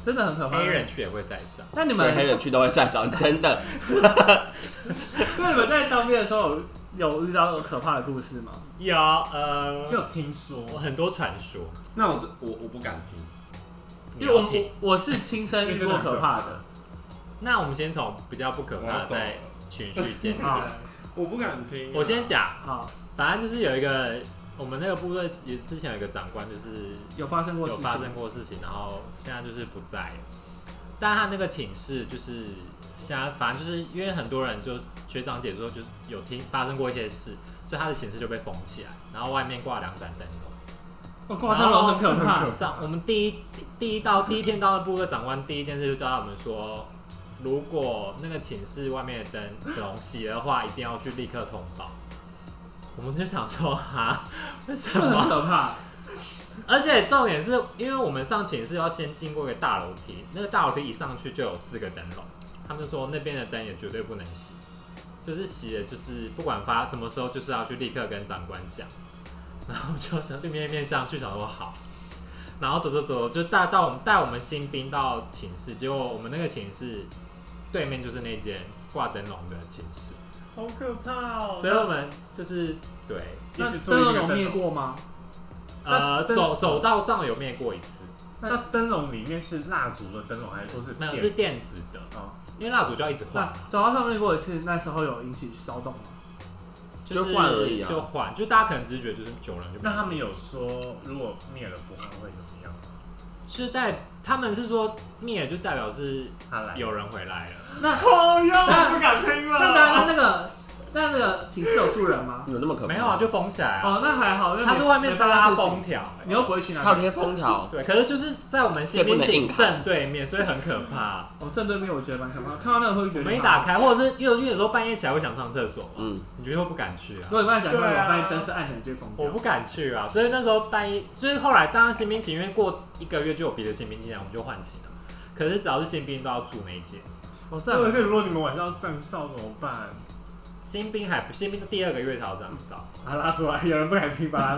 Speaker 1: 真的很可怕。
Speaker 2: 黑人去也会晒伤。
Speaker 1: 那你
Speaker 3: 对，黑
Speaker 1: 们
Speaker 3: 人区都会晒伤，真的。
Speaker 1: 那你们在当兵的时候有有遇到可怕的故事吗？
Speaker 2: 有呃，
Speaker 4: 只有听说，
Speaker 2: 我很多传说，
Speaker 5: 那我这我我不敢听。
Speaker 2: 你
Speaker 1: 因为我
Speaker 2: 要听。
Speaker 1: 我我是亲身遇过可怕的，
Speaker 2: 那我们先从比较不可怕的再循序渐进。
Speaker 1: 嗯好
Speaker 5: 我不敢听啊、
Speaker 2: 我先讲，
Speaker 1: 好
Speaker 2: 反正就是有一个我们那个部队也之前有一个长官，就是
Speaker 1: 有发生过事
Speaker 2: 有发
Speaker 1: 情
Speaker 2: 生，过事情，然后现在就是不在了。但他那个寝室就是现在，反正就是因为很多人就学长姐说，就是有听发生过一些事，所以他的寝室就被封起来，然后外面挂两盏灯笼。
Speaker 1: 哦挂灯笼很可
Speaker 4: 然
Speaker 1: 怕
Speaker 4: 后，
Speaker 2: 长，我们第一第一到第一天到那部队，长官第一件事就教我们说，如果那个寝室外面的灯笼熄的话，一定要去立刻通报。我们就想说，哈，为什
Speaker 1: 这很
Speaker 2: 么？
Speaker 1: 可怕。
Speaker 2: 而且重点是因为我们上寝室要先经过一个大楼梯，那个大楼梯一上去就有四个灯笼，他们说那边的灯也绝对不能熄，就是熄了就是不管发什么时候就是要去立刻跟长官讲，然后就想对面面上去想说好，然后走走走就带到我们带我们新兵到寝室，结果我们那个寝室对面就是那间挂灯笼的寝室，
Speaker 4: 好可怕哦
Speaker 2: 所以我们就是对
Speaker 1: 那
Speaker 4: 一直做一个
Speaker 1: 灯笼有
Speaker 4: 灯
Speaker 1: 灭
Speaker 4: 笼
Speaker 1: 过吗？
Speaker 2: 呃
Speaker 4: 那灯
Speaker 2: 走走道上有灭过一次。
Speaker 4: 那灯笼里面是蜡烛的灯笼，还是说是
Speaker 2: 没有
Speaker 4: 电
Speaker 2: 是电子的，
Speaker 4: 哦
Speaker 2: 因为蜡烛就要一直换
Speaker 1: 那
Speaker 2: 嘛，
Speaker 1: 走到上面过一次，那时候有引起骚动吗？
Speaker 2: 是
Speaker 3: 就换而已啊
Speaker 2: 就换，就大家可能只是觉得就是久了就没
Speaker 4: 那他们有说如果灭了不换会怎么样吗？
Speaker 2: 是代他们是说灭了就代表是
Speaker 4: 他来
Speaker 2: 有人回来了，
Speaker 1: 那
Speaker 4: 靠呀，我不敢听
Speaker 1: 那那那那个那那个寝室有住人吗？
Speaker 3: 有那么可怕？
Speaker 2: 没有啊就封起来啊，
Speaker 1: 哦，那还好，因为
Speaker 2: 他
Speaker 1: 没
Speaker 2: 在外面
Speaker 1: 没发
Speaker 2: 拉
Speaker 1: 生事情
Speaker 2: 封条，欸
Speaker 1: 你又不会去哪
Speaker 3: 还有
Speaker 1: 里？
Speaker 3: 贴封条，
Speaker 2: 对，可是就是在我们
Speaker 3: 这也
Speaker 2: 新兵
Speaker 3: 不能硬
Speaker 2: 井
Speaker 3: 扛
Speaker 2: 正对面，所以很可怕。
Speaker 1: 哦，正对面我觉得蛮可怕的，看到那个会觉得
Speaker 2: 我们一
Speaker 1: 很
Speaker 2: 打
Speaker 1: 怕。
Speaker 2: 开，或者是因为因为有时候半夜起来会想上厕所嘛，
Speaker 3: 嗯，
Speaker 2: 你就会不敢去啊
Speaker 1: 如。果你刚才讲哦过，我
Speaker 4: 对啊
Speaker 1: 发现灯是暗的，你就会疯掉
Speaker 2: 我。不敢去啊，所以那时候半夜，就是后来当新兵情愿过一个月就有别的新兵进来，我们就换寝了。可是只要是新兵都要住那一间，
Speaker 1: 哦，这
Speaker 4: 或者
Speaker 1: 样
Speaker 4: 是如果你们晚上站哨怎么办？
Speaker 2: 新兵还不新兵第二个月才有这样扫。
Speaker 4: 啊，拉出来，有人不敢听吧？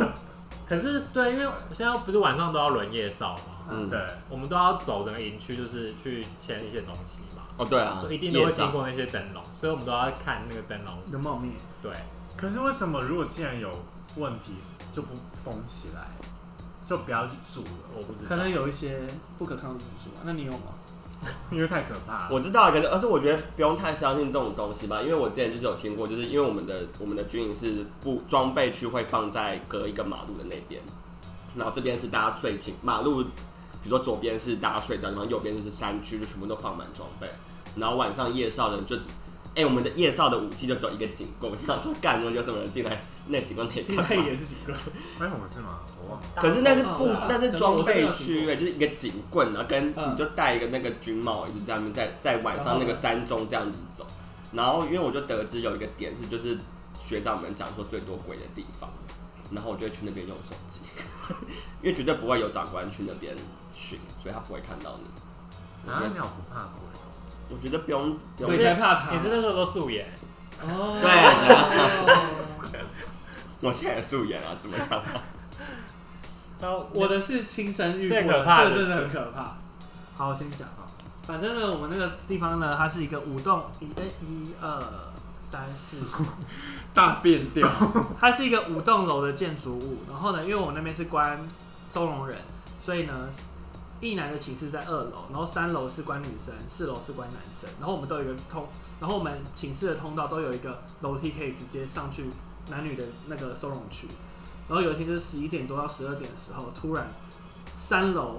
Speaker 2: 可是对，因为现在不是晚上都要轮夜扫嘛，
Speaker 3: 嗯
Speaker 4: 对，
Speaker 2: 我们都要走整个营区，就是去签一些东西嘛，
Speaker 3: 哦对啊
Speaker 2: 就，一定都
Speaker 3: 夜
Speaker 2: 会经
Speaker 3: 上
Speaker 2: 过那些灯笼，所以我们都要看那个灯笼。
Speaker 1: 有没有灭？
Speaker 2: 对，
Speaker 4: 可是为什么如果既然有问题就不封起来，就不要去煮了？
Speaker 2: 我不知道，
Speaker 1: 可能有一些不可抗的因素吧。那你有吗？
Speaker 4: 因为太可怕了。
Speaker 3: 我知道，可是而且我觉得不用太相信这种东西吧，因为我之前就是有听过，就是因为我们的我们的军营是不装备区会放在隔一个马路的那边，然后这边是大家睡寝马路，比如说左边是大家睡觉的地方，然后右边就是山区，就全部都放满装备，然后晚上夜哨的人就只。哎、我们的夜哨的武器就只有一个警棍，我想说，干，如果有什么人进来，那警棍可以
Speaker 1: 听
Speaker 3: 干嘛
Speaker 1: 来也是几个。
Speaker 4: 关我们是吗？我忘了。
Speaker 3: 可是那是
Speaker 1: 哦
Speaker 3: 布
Speaker 1: 对啊，
Speaker 3: 那是装备区
Speaker 1: 可是我真的有听过
Speaker 3: 哎，就是一个警棍，然后跟
Speaker 1: 嗯
Speaker 3: 你就戴一个那个军帽，一直在那边在在晚
Speaker 1: 然
Speaker 3: 上
Speaker 1: 后
Speaker 3: 那个山中这样子走。然后因为我就得知有一个点是，就是学长们讲说最多鬼的地方，然后我就会去那边用手机， 因为绝对不会有长官去那边巡，所以他不会看到你。我觉
Speaker 4: 啊，
Speaker 3: 得
Speaker 4: 鸟不怕鬼哦。
Speaker 3: 我觉得不用不
Speaker 1: 你
Speaker 3: 用
Speaker 2: 对
Speaker 1: 才怕他？
Speaker 2: 你是那时候都素颜，
Speaker 1: 哦，
Speaker 3: 对我现在也素颜啊，怎么样？
Speaker 2: 然后
Speaker 1: 我
Speaker 2: 我的
Speaker 1: 的是亲身遇过，
Speaker 2: 最可怕的
Speaker 1: 这个真的很可怕。好，我先讲啊，反正呢，我们那个地方呢，它是一个五栋，一、哎一二三四，
Speaker 5: 大变调，
Speaker 1: 它是一个五栋楼的建筑物。然后呢，因为我们那边是关收容人，所以呢，一男的寝室在二楼，然后三楼是关女生，四楼是关男生。然后我们都有一个通，然后我们寝室的通道都有一个楼梯可以直接上去男女的那个收容区。然后有一天就是十一点多到十二点的时候，突然三楼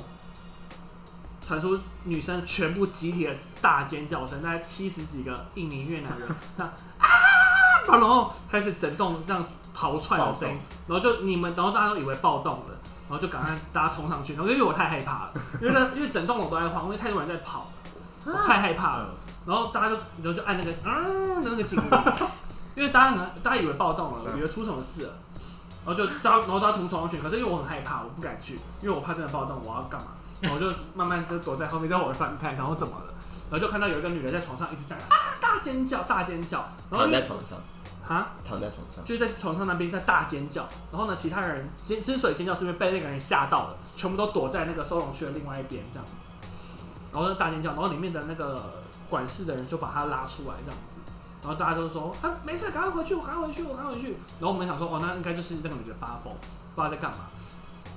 Speaker 1: 传出女生全部集体的大尖叫声，大概七十几个印尼越南人，那啊，然后开始整栋这样逃窜的声音，然后就你们，然后大家都以为暴动了，然后就赶快大家冲上去，然后因为我太害怕了，因为那因为整栋楼都在晃，因为太多人在跑，我
Speaker 3: 啊
Speaker 1: 太害怕了。
Speaker 4: 嗯，
Speaker 1: 然后大家就然后就按那个嗯的那个警铃，因为大家很大家以为暴动了，
Speaker 4: 嗯
Speaker 1: 以为出什么事了，然后就大家然后大家冲冲上去，可是因为我很害怕，我不敢去，因为我怕真的暴动，我要干嘛？然后我就慢慢就躲在后面，在往上看，然后怎么了？然后就看到有一个女的在床上一直在啊大尖叫大尖叫，然
Speaker 3: 躺
Speaker 1: 后因为
Speaker 3: 在床上，
Speaker 1: 啊
Speaker 3: 躺在床上。
Speaker 1: 就是在床上那边在大尖叫，然后呢，其他人之之所以尖叫，是因为被那个人吓到了，全部都躲在那个收容区的另外一边这样子，然后就大尖叫，然后里面的那个管事的人就把他拉出来这样子，然后大家都说啊没事，赶快回去，我赶快回去，我赶快回去，然后我们想说哦，那应该就是那个女的发疯，不知道在干嘛，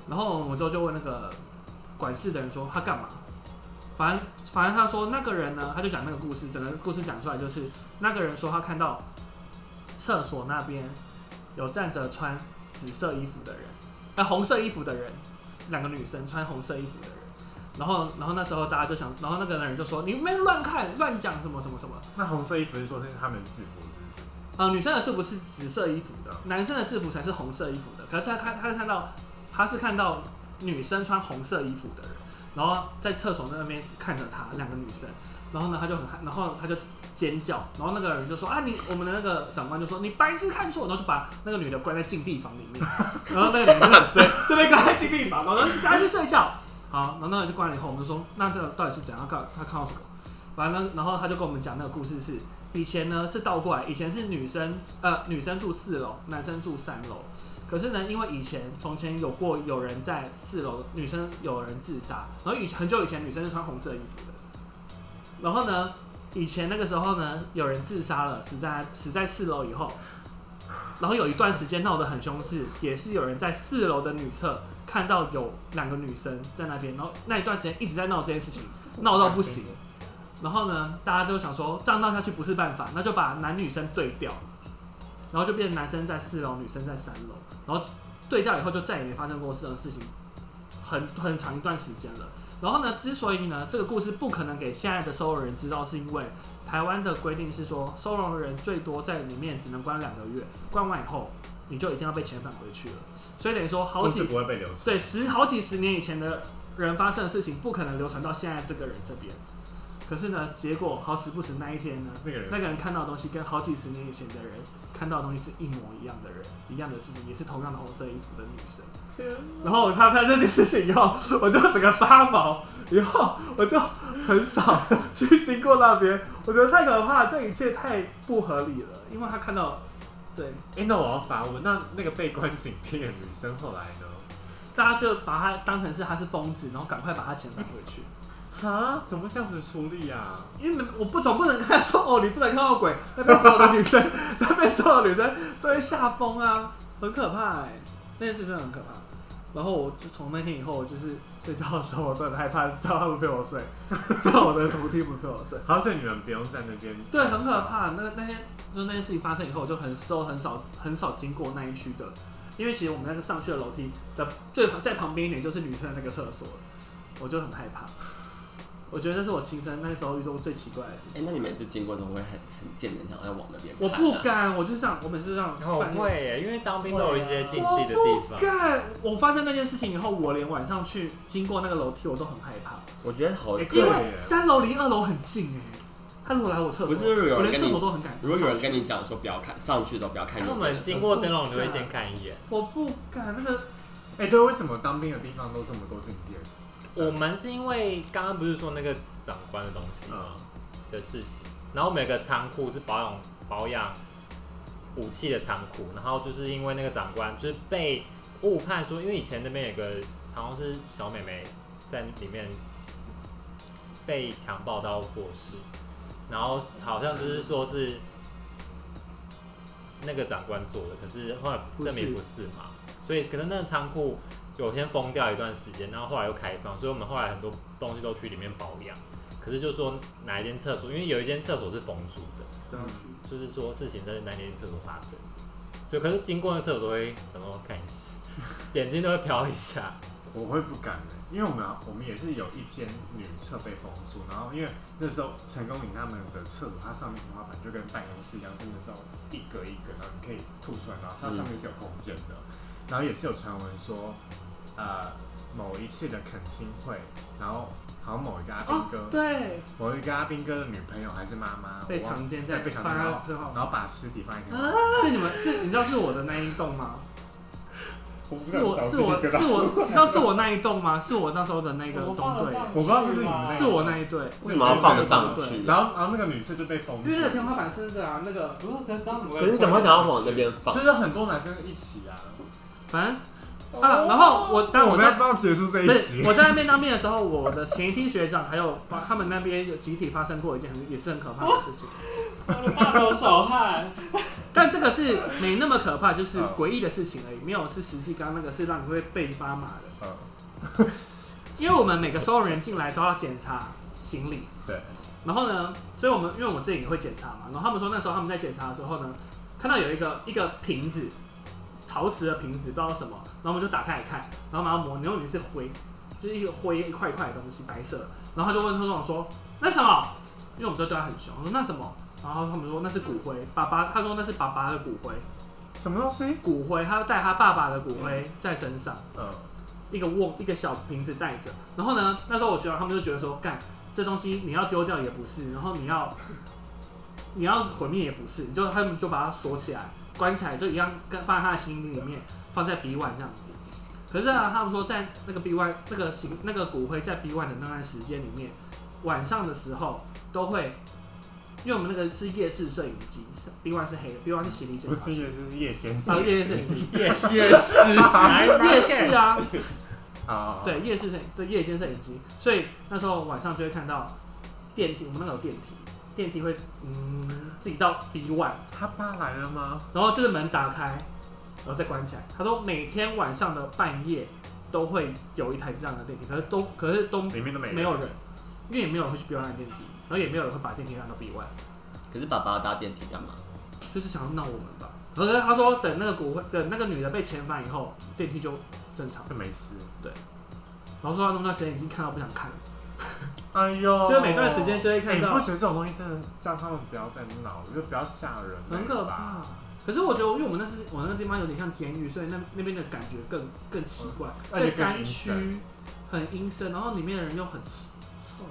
Speaker 1: 然后我之后就问那个管事的人说他干嘛，反正反正他说那个人呢，他就讲那个故事，整个故事讲出来就是那个人说他看到。厕所那边有站着穿紫色衣服的人，呃，红色衣服的人，两个女生穿红色衣服的人。然后，然后那时候大家就想，然后那个人就说：“你没乱看、乱讲什么什么什么。
Speaker 4: 那红色衣服是说是他们的制服，是
Speaker 1: 呃，女生的制服是紫色衣服的，男生的制服才是红色衣服的。可是他他他看到，他是看到女生穿红色衣服的人，然后在厕所那边看着他两个女生，然后呢他就很害，然后他就尖叫，然后那个人就说啊你我们的那个长官就说你白痴看错，然后就把那个女的关在禁闭房里面，然后那个女的就很衰，就被关在禁闭房，然后大家去睡觉。好，然后那个人就关了以后，我们就说那这个到底是怎样？他看他看到什么？完了，然后他就跟我们讲那个故事是以前呢是倒过来，以前是女生呃女生住四楼，男生住三楼。可是呢，因为以前从前有过有人在四楼，女生有人自杀，然后以很久以前女生是穿红色衣服的。然后呢，以前那个时候呢，有人自杀了，死在死在四楼以后，然后有一段时间闹得很凶是，也是有人在四楼的女厕看到有两个女生在那边，然后那一段时间一直在闹这件事情，闹到不行。然后呢，大家就想说这样闹下去不是办法，那就把男女生对调，然后就变成男生在四楼，女生在三楼，然后对调以后就再也没发生过这种事情，很 很长一段时间了。然后呢，之所以呢这个故事不可能给现在的收容人知道，是因为台湾的规定是说收容人最多在里面只能关两个月，关完以后你就一定要被遣返回去了。所以等于说好
Speaker 4: 故
Speaker 1: 几
Speaker 4: 事不会被流出。
Speaker 1: 对，十好几十年以前的人发生的事情，不可能流传到现在这个人这边。可是呢，结果好死不死那一天呢，
Speaker 4: 那个人
Speaker 1: 那个人看到的东西跟好几十年以前的人看到的东西是一模一样的人，一样的事情，也是同样的红色衣服的女生。然后我看到这件事情以后，我就整个发毛，以后我就很少去经过那边，我觉得太可怕了，这一切太不合理了，因为他看到，对，
Speaker 4: 哎、那我要发问，那那个被关紧闭的女生后来呢？
Speaker 1: 大家就把他当成是他是疯子，然后赶快把他遣返回去。
Speaker 4: 哈，怎么这样子处理啊？
Speaker 1: 因为我不总不能跟他说哦，你真的看到鬼，那边所有的女生，那边所有的女生都会吓疯啊，很可怕哎、那件事真的很可怕。然后我就从那天以后，我就是睡觉的时候，我都很害怕 叫他们陪我睡，叫我的徒弟们陪我睡。
Speaker 4: 好险你们不用在那边。
Speaker 1: 对，很可。怕。那那天就那件事情发生以后，我就很之后很少很少经过那一区的，因为其实我们那个上去的楼梯的最在旁边一点就是女生的那个厕所了，我就很害怕。我觉得那是我亲身那时候遇到过最奇怪的事情。
Speaker 3: 哎、那你每次经过都会很很贱人想要往那边、啊？
Speaker 1: 我不敢，我就这样，我每次这样
Speaker 2: 然后
Speaker 1: 半夜。
Speaker 2: 会耶，因为当兵都有一些禁
Speaker 1: 我
Speaker 2: 忌的地
Speaker 1: 不
Speaker 2: 方。
Speaker 1: 敢！我发生那件事情以后，我连晚上去经过那个楼梯，我都很害怕，
Speaker 3: 我觉得好
Speaker 4: 哎。
Speaker 1: 因
Speaker 4: 对
Speaker 1: 为三楼离二楼很近哎、他如果来我厕所，
Speaker 3: 不是如果有人
Speaker 1: 我连
Speaker 3: 跟
Speaker 1: 厕
Speaker 3: 你
Speaker 1: 所都很敢。
Speaker 3: 如果有人跟你讲说不要看上去的时候不要看
Speaker 2: 因
Speaker 3: 远
Speaker 2: 为我
Speaker 3: 远的，
Speaker 2: 们经过灯笼，你会先看一眼。
Speaker 1: 我不敢那个，
Speaker 4: 哎、对，为什么当兵的地方都这么多禁忌的？
Speaker 2: 我们是因为刚刚不是说那个长官的东西吗
Speaker 4: 嗯，
Speaker 2: 的事情，然后每个仓库是保养保养武器的仓库，然后就是因为那个长官就是被误判说，因为以前那边有个好像是小妹妹在里面被强暴到过世，然后好像就是说是那个长官做的，可是后来证明不是嘛，所以可能那个仓库有先封掉一段时间，然后后来又开放，所以我们后来很多东西都去里面保养。可是就说哪一间厕所，因为有一间厕所是封住的，
Speaker 1: 对啊
Speaker 2: 就是说事情在那间厕所发生，所以可是经过那厕所都会什么看一下，眼睛都会瞟一下。
Speaker 4: 我会不敢的、因为我们我们也是有一间女厕被封住，然后因为那时候成功岭他们的厕所，它上面天花板就跟办公室一样，是那种一格一格，然后你可以吐出来，然后它上面是有空间的。然后也是有传闻说，呃，某一次的恳亲会，然后好像某一个阿
Speaker 1: 哦
Speaker 4: 兵哥，，
Speaker 1: 对，
Speaker 4: 某一个阿兵哥的女朋友还是妈妈
Speaker 1: 被
Speaker 4: 我忘
Speaker 1: 强奸
Speaker 4: 对
Speaker 1: 在
Speaker 4: 被强
Speaker 1: 放
Speaker 4: 奸，
Speaker 1: 在
Speaker 4: 然后
Speaker 1: 之后啊
Speaker 4: 然后把尸体放在天花板。
Speaker 1: 是你们是你知道是我的那一栋吗？
Speaker 4: 我不
Speaker 1: 是
Speaker 4: 敢
Speaker 1: 我
Speaker 4: 找
Speaker 1: 是
Speaker 4: 自己
Speaker 1: 我
Speaker 4: 跟
Speaker 1: 是
Speaker 4: 他
Speaker 1: 我，你知道是我那一栋吗？是我那时候的那个中队，
Speaker 4: 我不知道是不是你们那个
Speaker 1: 是我那一队，
Speaker 3: 为什么要放上
Speaker 1: 对
Speaker 3: 去？
Speaker 4: 然后然后那个女厕就被封
Speaker 1: 因
Speaker 4: 住，
Speaker 1: 为那个天花板是那个啊，那个
Speaker 2: 不是，可是怎么
Speaker 3: 可是你怎么会想要往那边放
Speaker 4: 就？是很多男生一起啊。
Speaker 1: 反正
Speaker 2: 哦
Speaker 1: 啊，然后我当我
Speaker 4: 们要
Speaker 1: 在
Speaker 4: 不要结束这
Speaker 1: 不
Speaker 4: 一
Speaker 1: 是
Speaker 4: 集？
Speaker 1: 我在那边当兵的时候，我的前一梯学长还有发他们那边有集体发生过一件很也是很可怕的事情，
Speaker 2: 大头手汗？
Speaker 1: 但这个是没那么可怕，就是
Speaker 4: 嗯
Speaker 1: 诡异的事情而已，没有是实际刚刚那个是让你会被发麻的，
Speaker 4: 嗯，
Speaker 1: 因为我们每个收容人进来都要检查行李，
Speaker 4: 对，
Speaker 1: 然后呢，所以我们因为我自己也会检查嘛，然后他们说那时候他们在检查的时候呢，看到有一个一个瓶子，陶瓷的瓶子，不知道什么，然后我们就打开来看，然后把它摸，然后里面是灰，就是一个灰一块一块的东西，白色的，然后他就问特种说那什么，因为我们都对他很凶，我说那什么，然后他们说那是骨灰，爸爸，他说那是爸爸的骨灰，
Speaker 4: 什么东西？
Speaker 1: 骨灰，他要带他爸爸的骨灰在身上，
Speaker 4: 嗯，
Speaker 1: 一个瓮一个小瓶子带着。然后呢，那时候我学长他们就觉得说，干这东西你要丢掉也不是，然后你要你要毁灭也不是，你就他们就把它锁起来，关起来，就一样跟放在他的心里面，放在 B one 这样子。可是啊，他们说在那个 B one 那个行那个骨灰在 B one 的那段时间里面，晚上的时候都会，因为我们那个是夜视摄影机，B one 是黑的，B one 是行李检
Speaker 4: 不
Speaker 1: 查
Speaker 4: 是夜，就是夜间
Speaker 1: 啊，夜视摄影机，
Speaker 4: 夜
Speaker 5: 夜市
Speaker 1: 夜视啊，
Speaker 4: 啊，
Speaker 1: 对，夜视摄影，对夜间摄影机，所以那时候晚上就会看到电梯，我们那个有电梯，电梯会嗯自己到 B one，
Speaker 4: 他爸来了吗？
Speaker 1: 然后这个门打开，然后再关起来。他说每天晚上的半夜都会有一台这样的电梯，可是都可是都
Speaker 4: 里面都没
Speaker 1: 没有人，因为也没有人会去 B one 的电梯，然后也没有人会把电梯让到 B one。
Speaker 3: 可是爸爸搭电梯干嘛？
Speaker 1: 就是想要闹我们吧。可是他说等那个骨灰，等那个女的被遣返以后，电梯就正常。
Speaker 4: 就没事。
Speaker 1: 然后说他那段时间已经看到不想看了，
Speaker 4: 哎呦，
Speaker 1: 就是每段时间就会
Speaker 4: 哎
Speaker 1: 看
Speaker 4: 你
Speaker 1: 到
Speaker 4: 不，觉得这种东西真的叫他们不要再闹，就不要吓人，
Speaker 1: 很可
Speaker 4: 嗯
Speaker 1: 怕。。可是我觉得，因为我们那是我那个地方有点像监狱，所以那那边的感觉更更奇怪，
Speaker 4: 而
Speaker 1: 在
Speaker 4: 且更
Speaker 1: 山
Speaker 4: 阴
Speaker 1: 区
Speaker 4: 森
Speaker 1: 很阴森，然后里面的人又很臭。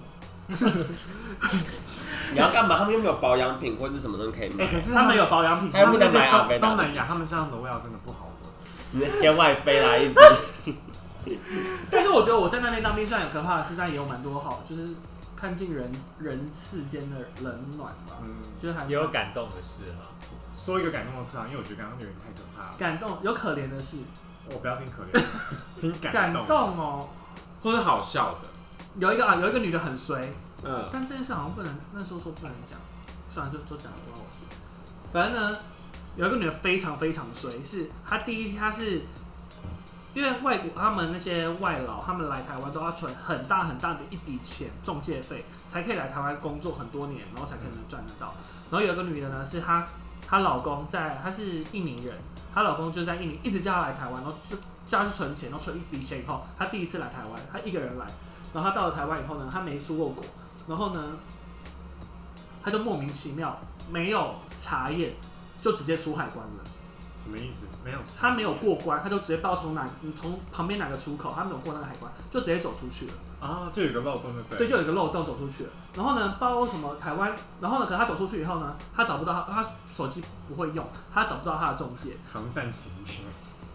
Speaker 3: 你要干嘛？他们又没有保养品或者什么东西可以
Speaker 4: 哎，
Speaker 3: 买。
Speaker 4: 可是
Speaker 1: 他
Speaker 4: 们
Speaker 1: 们有保养品，
Speaker 3: 还有
Speaker 4: 他们那
Speaker 3: 不能买阿
Speaker 4: 些
Speaker 3: 菲
Speaker 4: 东
Speaker 3: 达
Speaker 4: 东南亚，他们身上的味道真的不好闻。
Speaker 3: 你在天外飞来一 笔，
Speaker 1: 但是我觉得我在那边当兵虽然有可怕的事，但也有蛮多好，就是看尽人人世间的冷暖吧，
Speaker 4: 嗯，
Speaker 1: 就是还蛮
Speaker 2: 也有感动的事啊。
Speaker 4: 说一个感动的事啊，因为我觉得刚刚有点太可怕了，
Speaker 1: 感动，有可怜的事，
Speaker 4: 我不要听可怜， 听
Speaker 1: 感
Speaker 4: 感
Speaker 1: 动
Speaker 4: 动。
Speaker 1: 哦。
Speaker 5: 或是好笑的，
Speaker 1: 有一个啊，有一个女的很衰，
Speaker 5: 嗯，
Speaker 1: 但这件事好像不能，那时候说不能讲，算了，就就讲了，不关我事。反正呢，有一个女的非常非常衰，是她第一，她是因为外国他们那些外劳，他们来台湾都要存很大很大的一笔钱，中介费才可以来台湾工作很多年，然后才可能赚得到。然后有一个女的呢，是她她老公在，她是印尼人，她老公就在印尼一直叫她来台湾，然后就叫她去存钱，然后存一笔钱以后，她第一次来台湾，她一个人来，然后她到了台湾以后呢，她没出过国，然后呢，她就莫名其妙没有查验，就直接出海关了。
Speaker 4: 什么意思？没有，
Speaker 1: 他没有过关，他就直接不知道从哪从旁边哪个出口，他没有过那个海关，就直接走出去了。
Speaker 4: 啊，就有个漏洞就
Speaker 1: 对，
Speaker 4: 对了。
Speaker 1: 就有一个漏洞走出去了。然后呢，不知道为什么台湾，然后呢，可他走出去以后呢，他找不到他，他手机不会用，他找不到他的中介，
Speaker 4: 航站行员，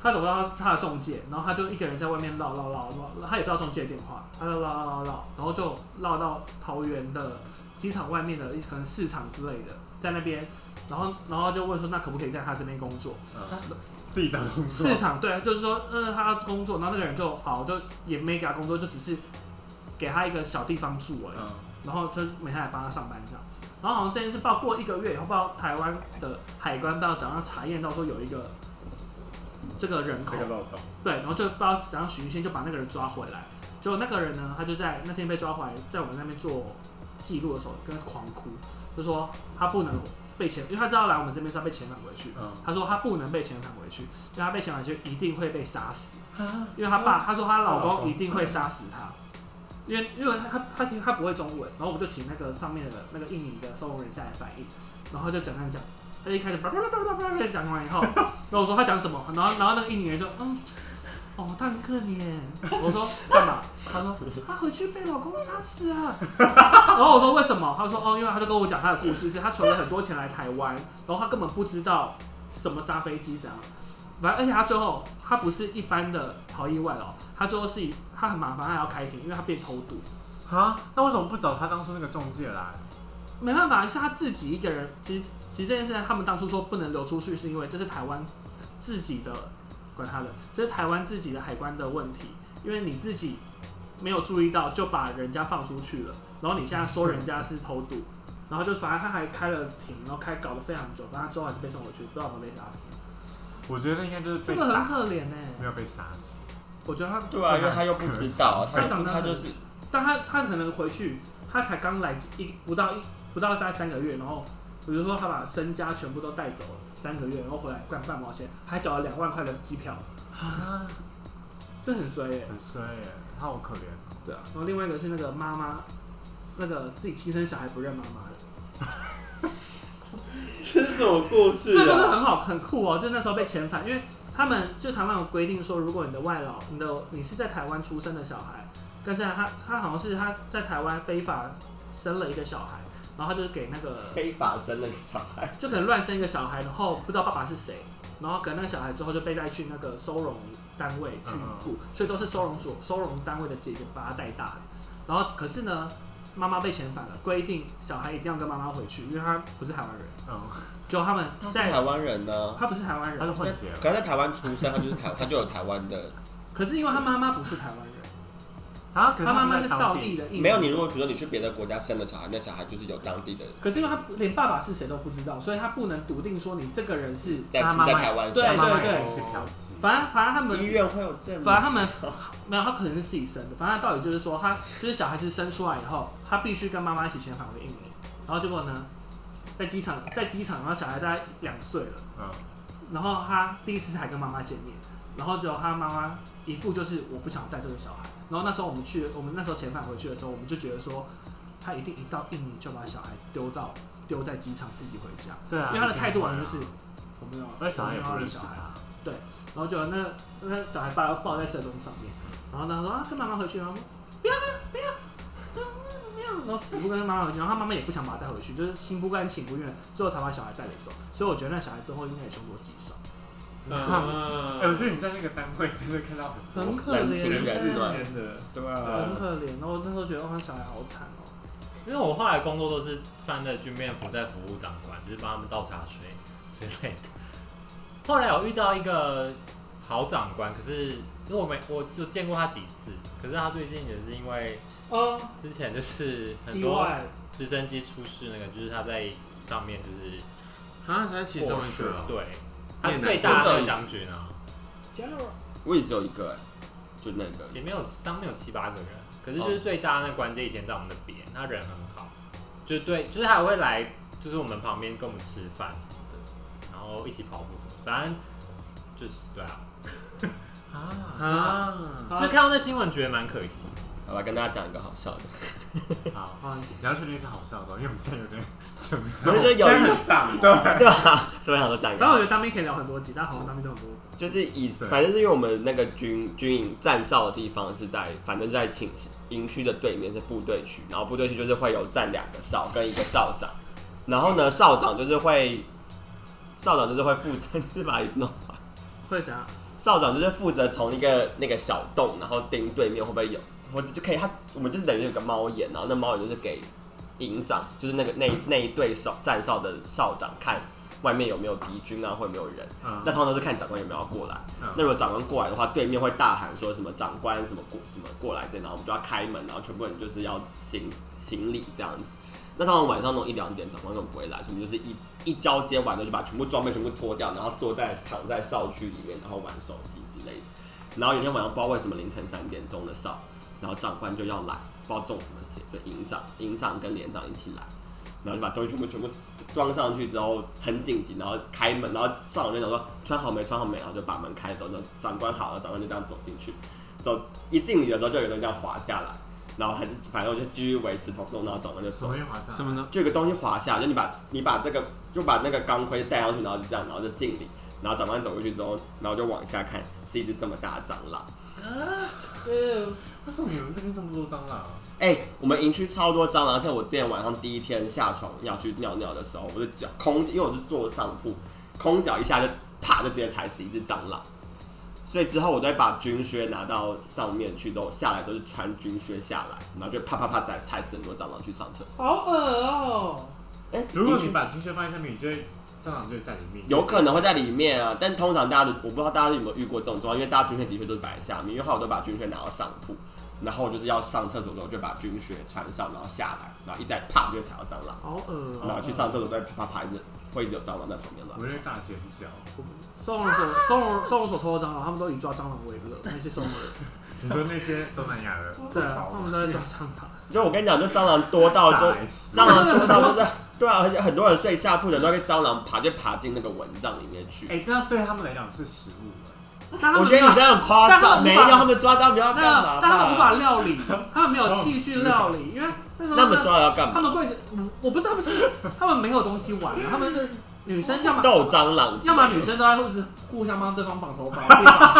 Speaker 1: 他找不到他的中介，然后他就一个人在外面绕绕绕绕，他也不知道中介的电话，他就绕绕绕绕，然后就绕到桃园的机场外面的一可能市场之类的，在那边，然后然后就问说，那可不可以在他这边工作？
Speaker 4: 嗯自己找工作
Speaker 1: 市，场对，就是说，嗯，他要工作，然后那个人就好，就也没给他工作，就只是给他一个小地方住而已，
Speaker 4: 嗯，
Speaker 1: 然后就每天来帮他上班这样子。然后好像这件事报过一个月以后，报台湾的海关报早上查验到说有一个这个人口
Speaker 4: 这个漏洞。
Speaker 1: 对，然后就不知道怎样巡线就把那个人抓回来。结果那个人呢，他就在那天被抓回来，在我们那边做记录的时候，跟狂哭，就说他不能被遣，因为他知道来我们这边是要被遣返回去。
Speaker 4: 嗯
Speaker 1: 他说他不能被遣返回去，因为他被遣返回去一定会被杀死。因为他爸，他说他老
Speaker 4: 老
Speaker 1: 公
Speaker 4: 公
Speaker 1: 一定会杀死他，因为因为他他他他不会中文，然后我们就请那个上面的那个印尼的收容人下来反应，然后他就讲讲讲，他一开始叭叭叭叭叭叭讲完以后， 然后我说他讲什么，然后然后那个印尼人就嗯。哦，他很可怜。我说干嘛？他说他回去被老公杀死啊。 然后我说为什么？他说哦，因为他就跟我讲他的故事，是他存了很多钱来台湾，然后他根本不知道怎么搭飞机怎样。反正而且他最后他不是一般的逃逸外劳，他最后是以他很麻烦，他还要开庭，因为他变偷渡，
Speaker 4: 啊，那为什么不找他当初那个中介来？
Speaker 1: 没办法，是他自己一个人。其实其实这件事，他们当初说不能流出去，是因为这是台湾自己的，管他的，这是台湾自己的海关的问题，因为你自己没有注意到就把人家放出去了，然后你现在说人家是偷渡，然后就反正他还开了庭，然后开搞了非常久，反正他最后还是被送回去，不知道有没有被杀死，
Speaker 4: 我觉得应该就是
Speaker 1: 这
Speaker 4: 被
Speaker 1: 个很
Speaker 4: 打，
Speaker 1: 可怜呢、
Speaker 4: 没有被杀死。
Speaker 1: 我觉得他
Speaker 3: 对啊，因为他又不知道，他
Speaker 1: 他长得
Speaker 3: 他
Speaker 1: 很
Speaker 3: 就是
Speaker 1: 但他他可能回去，他才刚来一不到一不到大概三个月，然后比如说他把身家全部都带走了三个月，然后回来赚半毛钱，还缴了两万块的机票，
Speaker 4: 啊，
Speaker 1: 这很衰耶、
Speaker 4: 很衰耶，他好可怜哦。
Speaker 1: 对啊，然后另外一个是那个妈妈，那个自己亲生小孩不认妈妈的，
Speaker 5: 这是什么故
Speaker 1: 这
Speaker 5: 事
Speaker 1: 个是
Speaker 5: 啊？
Speaker 1: 啊很好很酷哦、就是那时候被遣返，因为他们就台湾有规定说，如果你的外劳，你的你是在台湾出生的小孩，但是他他好像是他在台湾非法生了一个小孩，然后他就是给那个
Speaker 3: 非法生那个小孩，
Speaker 1: 就可能乱生一个小孩，然后不知道爸爸是谁，然后可能那个小孩之后就被带去那个收容单位去顾，所以都是收容所收容单位的姐姐把他带大的。然后可是呢，妈妈被遣返了，规定小孩一定要跟妈妈回去，因为他不是台湾人。
Speaker 4: 嗯，
Speaker 1: 就他们
Speaker 3: 他是
Speaker 1: 在
Speaker 3: 台湾人呢、
Speaker 1: 他不是台湾
Speaker 4: 他是
Speaker 1: 人，
Speaker 4: 混血
Speaker 3: 可他在台湾出生，他就是台，他就有台湾的。
Speaker 1: 可是因为他妈妈不是台湾人，
Speaker 4: 啊，可
Speaker 1: 他妈妈是道
Speaker 4: 到
Speaker 1: 地，的印度人
Speaker 3: 没有你，如果比如说你去别的国家生的小孩，那小孩就是有当地的，
Speaker 1: 可是因为他连爸爸是谁都不知道，所以他不能笃定说你这个人是。
Speaker 3: 在
Speaker 4: 他妈妈
Speaker 3: 在台湾生
Speaker 1: 对
Speaker 4: 他
Speaker 1: 对
Speaker 4: 妈妈
Speaker 1: 对
Speaker 4: 也是嫖妓，
Speaker 1: 反正反正他们
Speaker 3: 医院会有证明。
Speaker 1: 反正他们没有，他可能是自己生的。反正他道理就是说，他就是小孩子生出来以后，他必须跟妈妈一起遣返回印尼。然后结果呢，在机场，在机场，然后小孩大概两岁了，
Speaker 4: 嗯，
Speaker 1: 然后他第一次才跟妈妈见面，然后就他妈妈一副就是我不想带这个小孩。然后那时候我们去，我们那时候遣返回去的时候，我们就觉得说，他一定一到印尼就把小孩丢到丢在机场自己回家，
Speaker 4: 对啊，
Speaker 1: 因为他的态度完全就是我没有，
Speaker 4: 而且小孩也
Speaker 1: 我没
Speaker 4: 不
Speaker 1: 有要
Speaker 4: 认
Speaker 1: 理
Speaker 4: 识
Speaker 1: 小孩。
Speaker 4: 他，
Speaker 1: 然后就有那那小孩把他抱在社工上面，然后他说啊跟妈妈回去，然后说不要不要不要不要，然后死不跟妈妈回去，然后他妈妈也不想把他带回去，就是心不甘情不愿，最后才把小孩带走。所以我觉得那小孩之后应该也凶多吉少，
Speaker 5: 嗯
Speaker 4: 哎、我觉得你在那个单位真的看到很
Speaker 1: 很
Speaker 4: 多
Speaker 1: 可
Speaker 3: 人情
Speaker 1: 怜，哦
Speaker 4: 人
Speaker 3: 人
Speaker 4: 世
Speaker 1: 是
Speaker 3: 暖
Speaker 4: 间的，
Speaker 3: 对
Speaker 4: 啊
Speaker 1: 哦很可怜。然后那时候觉得哇，那小孩好惨哦。
Speaker 2: 因为我后来工作都是穿着军便服在服务长官，就是帮他们倒茶水之类的。后来有遇到一个好长官，可是因为我没我就见过他几次，可是他最近也是因为
Speaker 1: 哦，
Speaker 2: 之前就是很
Speaker 1: 意
Speaker 2: 多
Speaker 1: 外，
Speaker 2: 直升机出事那个，就是他在上面就是
Speaker 5: 啊，他其中一个哦，
Speaker 2: 对，他
Speaker 5: 越南
Speaker 2: 最
Speaker 3: 就
Speaker 2: 大
Speaker 3: 这
Speaker 2: 的
Speaker 3: 里
Speaker 2: 将军啊，
Speaker 1: 哦
Speaker 3: 我也只有一个、哎，就那个。
Speaker 2: 里面有上面有七八个人，可是就是最大那关键以前在我们的别，他人很好，就对，就是他还会来，就是我们旁边跟我们吃饭什么的，然后一起跑步什么的，反正就是对啊，
Speaker 5: 啊，
Speaker 4: 啊，
Speaker 2: 就是看到那新闻觉得蛮可惜。
Speaker 3: 好吧，跟大家讲一个好笑的，
Speaker 2: 好，
Speaker 1: 啊，
Speaker 4: 你要确定是好笑的哦，因为我们现在有点沉
Speaker 3: 所
Speaker 4: 重
Speaker 3: 以，就有一档，对对啊，所以想说讲一个
Speaker 1: 反正我
Speaker 3: 好笑
Speaker 1: 觉得当兵可以聊很多集，但好像当兵都很多。
Speaker 3: 的，就是以
Speaker 4: 对
Speaker 3: 反正是因为我们那个军军营站哨的地方是在，反正在寝室营区的对面是部队区，然后部队区就是会有站两个哨跟一个哨长，然后呢哨长就是会哨长就是会负责 是把你弄坏
Speaker 1: 会怎样？
Speaker 3: 校长就是负责从一个那个小洞，然后盯对面会不会有，或者就可以他我们就是等于有个猫眼，然后那猫眼就是给营长，就是那个那那一队少站哨的校长看外面有没有敌军啊，或有没有人。
Speaker 4: 嗯
Speaker 3: 那通常都是看长官有没有要过来。
Speaker 4: 嗯
Speaker 3: 那如果长官过来的话，对面会大喊说什么长官什么过什么过来这样，然后我们就要开门，然后全部人就是要行行礼这样子。那通常晚上那种一两点，长官根本不会来，所以我们就是一一交接完了就把全部装备全部脱掉，然后坐在躺在哨区里面，然后玩手机之类的。然后有一天晚上不知道为什么凌晨三点钟的哨，然后长官就要来，不知道中什么邪，就营长、营长跟连长一起来，然后就把东西全部全部装上去之后，很紧急，然后开门，然后上长就想说穿好没穿好没，然后就把门开走，就长官好了，长官就这样走进去，走一进里的时候就有人这样滑下来，然后还是反正我就继续维持头动，然后长官就
Speaker 4: 什
Speaker 3: 走
Speaker 4: 么。月华上，
Speaker 5: 什么呢？
Speaker 3: 就有个东西滑下来，就你把你把这个就把那个钢盔戴上去，然后就这样，然后就敬礼，然后长官走过去之后，然后就往下看，是一只这么大的蟑螂。
Speaker 1: 呃
Speaker 4: 为什么你们这边这么多蟑螂？啊
Speaker 3: 哎、我们营区超多蟑螂，而且我之前晚上第一天下床要去尿尿的时候，我的脚空，因为我是坐上铺，空脚一下就啪就直接踩死一只蟑螂。所以之后我都会把军靴拿到上面去，之后下来都是穿军靴下来，然后就啪啪啪踩踩死很多蟑螂去上厕所。
Speaker 1: 好恶哦！
Speaker 3: 哎、
Speaker 4: 如果
Speaker 3: 营区
Speaker 4: 你把军靴放在上面，你就会蟑螂就会在里面，
Speaker 3: 有可能会在里面啊，但通常大家的我不知道大家有没有遇过这种状况，因为大家军靴的确都是摆在下面，因为后来我都把军靴拿到上铺，然后我就是要上厕所的时候就把军靴穿上，然后下来，然后一再啪就踩到蟑螂，
Speaker 1: 好恶哦！
Speaker 3: 然后去上厕所再啪啪啪，一直会一直有蟑螂在旁边乱
Speaker 4: 我。会大尖叫。
Speaker 1: 收容所、收容收容所偷的蟑螂，他们都以抓蟑螂为乐。那些收容人，
Speaker 4: 你说那些东南亚人，
Speaker 1: 对啊，他们都在抓蟑螂。
Speaker 3: 就我跟你讲，这蟑螂多到就
Speaker 4: 炸来吃
Speaker 3: 蟑螂多到就是，对啊，而且很多人睡下铺的人都被蟑螂爬就爬进那个蚊帐里面去。
Speaker 4: 哎、这样对他们来讲是食物、哎
Speaker 1: 但他
Speaker 3: 我
Speaker 1: 们
Speaker 3: 觉得你这
Speaker 1: 没有
Speaker 3: 样很夸
Speaker 1: 但他
Speaker 3: 张，
Speaker 1: 们无法
Speaker 3: 没有他们抓到不要
Speaker 1: 那
Speaker 3: 干
Speaker 1: 个
Speaker 3: 嘛
Speaker 1: 但他们无法
Speaker 3: 吧？
Speaker 1: 料理，他们 没有器具料理，因为那时候
Speaker 3: 那么抓了要干
Speaker 1: 他
Speaker 3: 嘛？
Speaker 1: 们柜子，嗯我不知道他们是他们没有东西玩啊，他们是 女生要么
Speaker 3: 都有蟑螂之类的，
Speaker 1: 要么女生都在一直互相帮对方绑头发，被绑起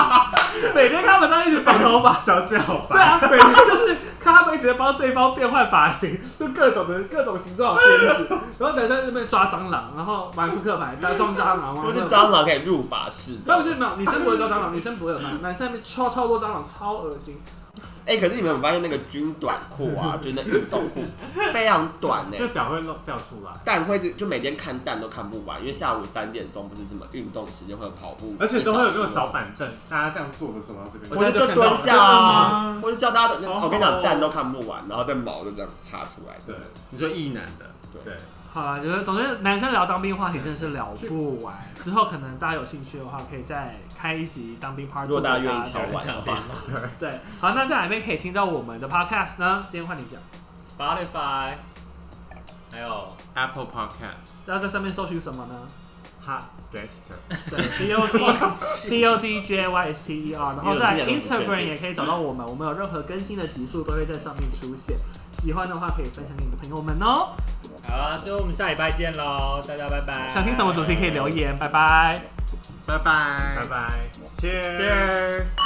Speaker 1: 来每天看他们都一直绑头发。
Speaker 4: 小姐好
Speaker 1: 对
Speaker 4: 吧？
Speaker 1: 啊，每天就是看他们一直在帮对方变换发型，就各种的各种形状的辫子，然后男生在那边抓蟑螂，然后玩扑克 牌，打撞蟑螂，
Speaker 3: 或
Speaker 1: 玩
Speaker 3: 是
Speaker 1: 那种
Speaker 3: 蟑螂可以入法式这
Speaker 1: 然
Speaker 3: 样
Speaker 1: 后就没有女生不会抓蟑螂，女生不会有蟑螂，男生在那边超超多蟑螂，超恶心。
Speaker 3: 哎、可是你们有发现那个军短裤啊，就那运动裤非常短呢、
Speaker 4: 就表会漏掉出来，
Speaker 3: 蛋会就每天看蛋都看不完，因为下午三点钟不是什么运动时间会有跑步，
Speaker 4: 而且都会有那种小
Speaker 3: 一小时
Speaker 4: 板凳，大家这样坐的时候，然后这边
Speaker 3: 我就就蹲下啊，我就叫大家等，我跟你讲蛋都看不完，然后这毛就这样插出来，
Speaker 4: 对
Speaker 5: 你说异男的，
Speaker 4: 对，
Speaker 1: 好啦，就是总之，男生聊当兵话题真的是聊不完。之后可能大家有兴趣的话，可以再开一集当兵 part。啊
Speaker 3: 如果大家愿意敲完的话，
Speaker 1: 对，好，那在哪边可以听到我们的 podcast 呢？今天换你讲，
Speaker 2: Spotify，还有
Speaker 5: Apple Podcast，
Speaker 1: 大家在上面搜寻什么呢？
Speaker 4: 他 guest。
Speaker 1: 对，P O D P O D J Y S T E R，然后在 Instagram 也可以找到我们，我们有任何更新的集数都会在上面出现。喜欢的话可以分享给你的朋友们哦。
Speaker 2: 好啊，就我们下礼拜见喽，大家拜拜。
Speaker 1: 想听什么主题可以留言，拜拜。
Speaker 5: 拜拜，
Speaker 4: 拜拜，谢谢。
Speaker 2: Cheers。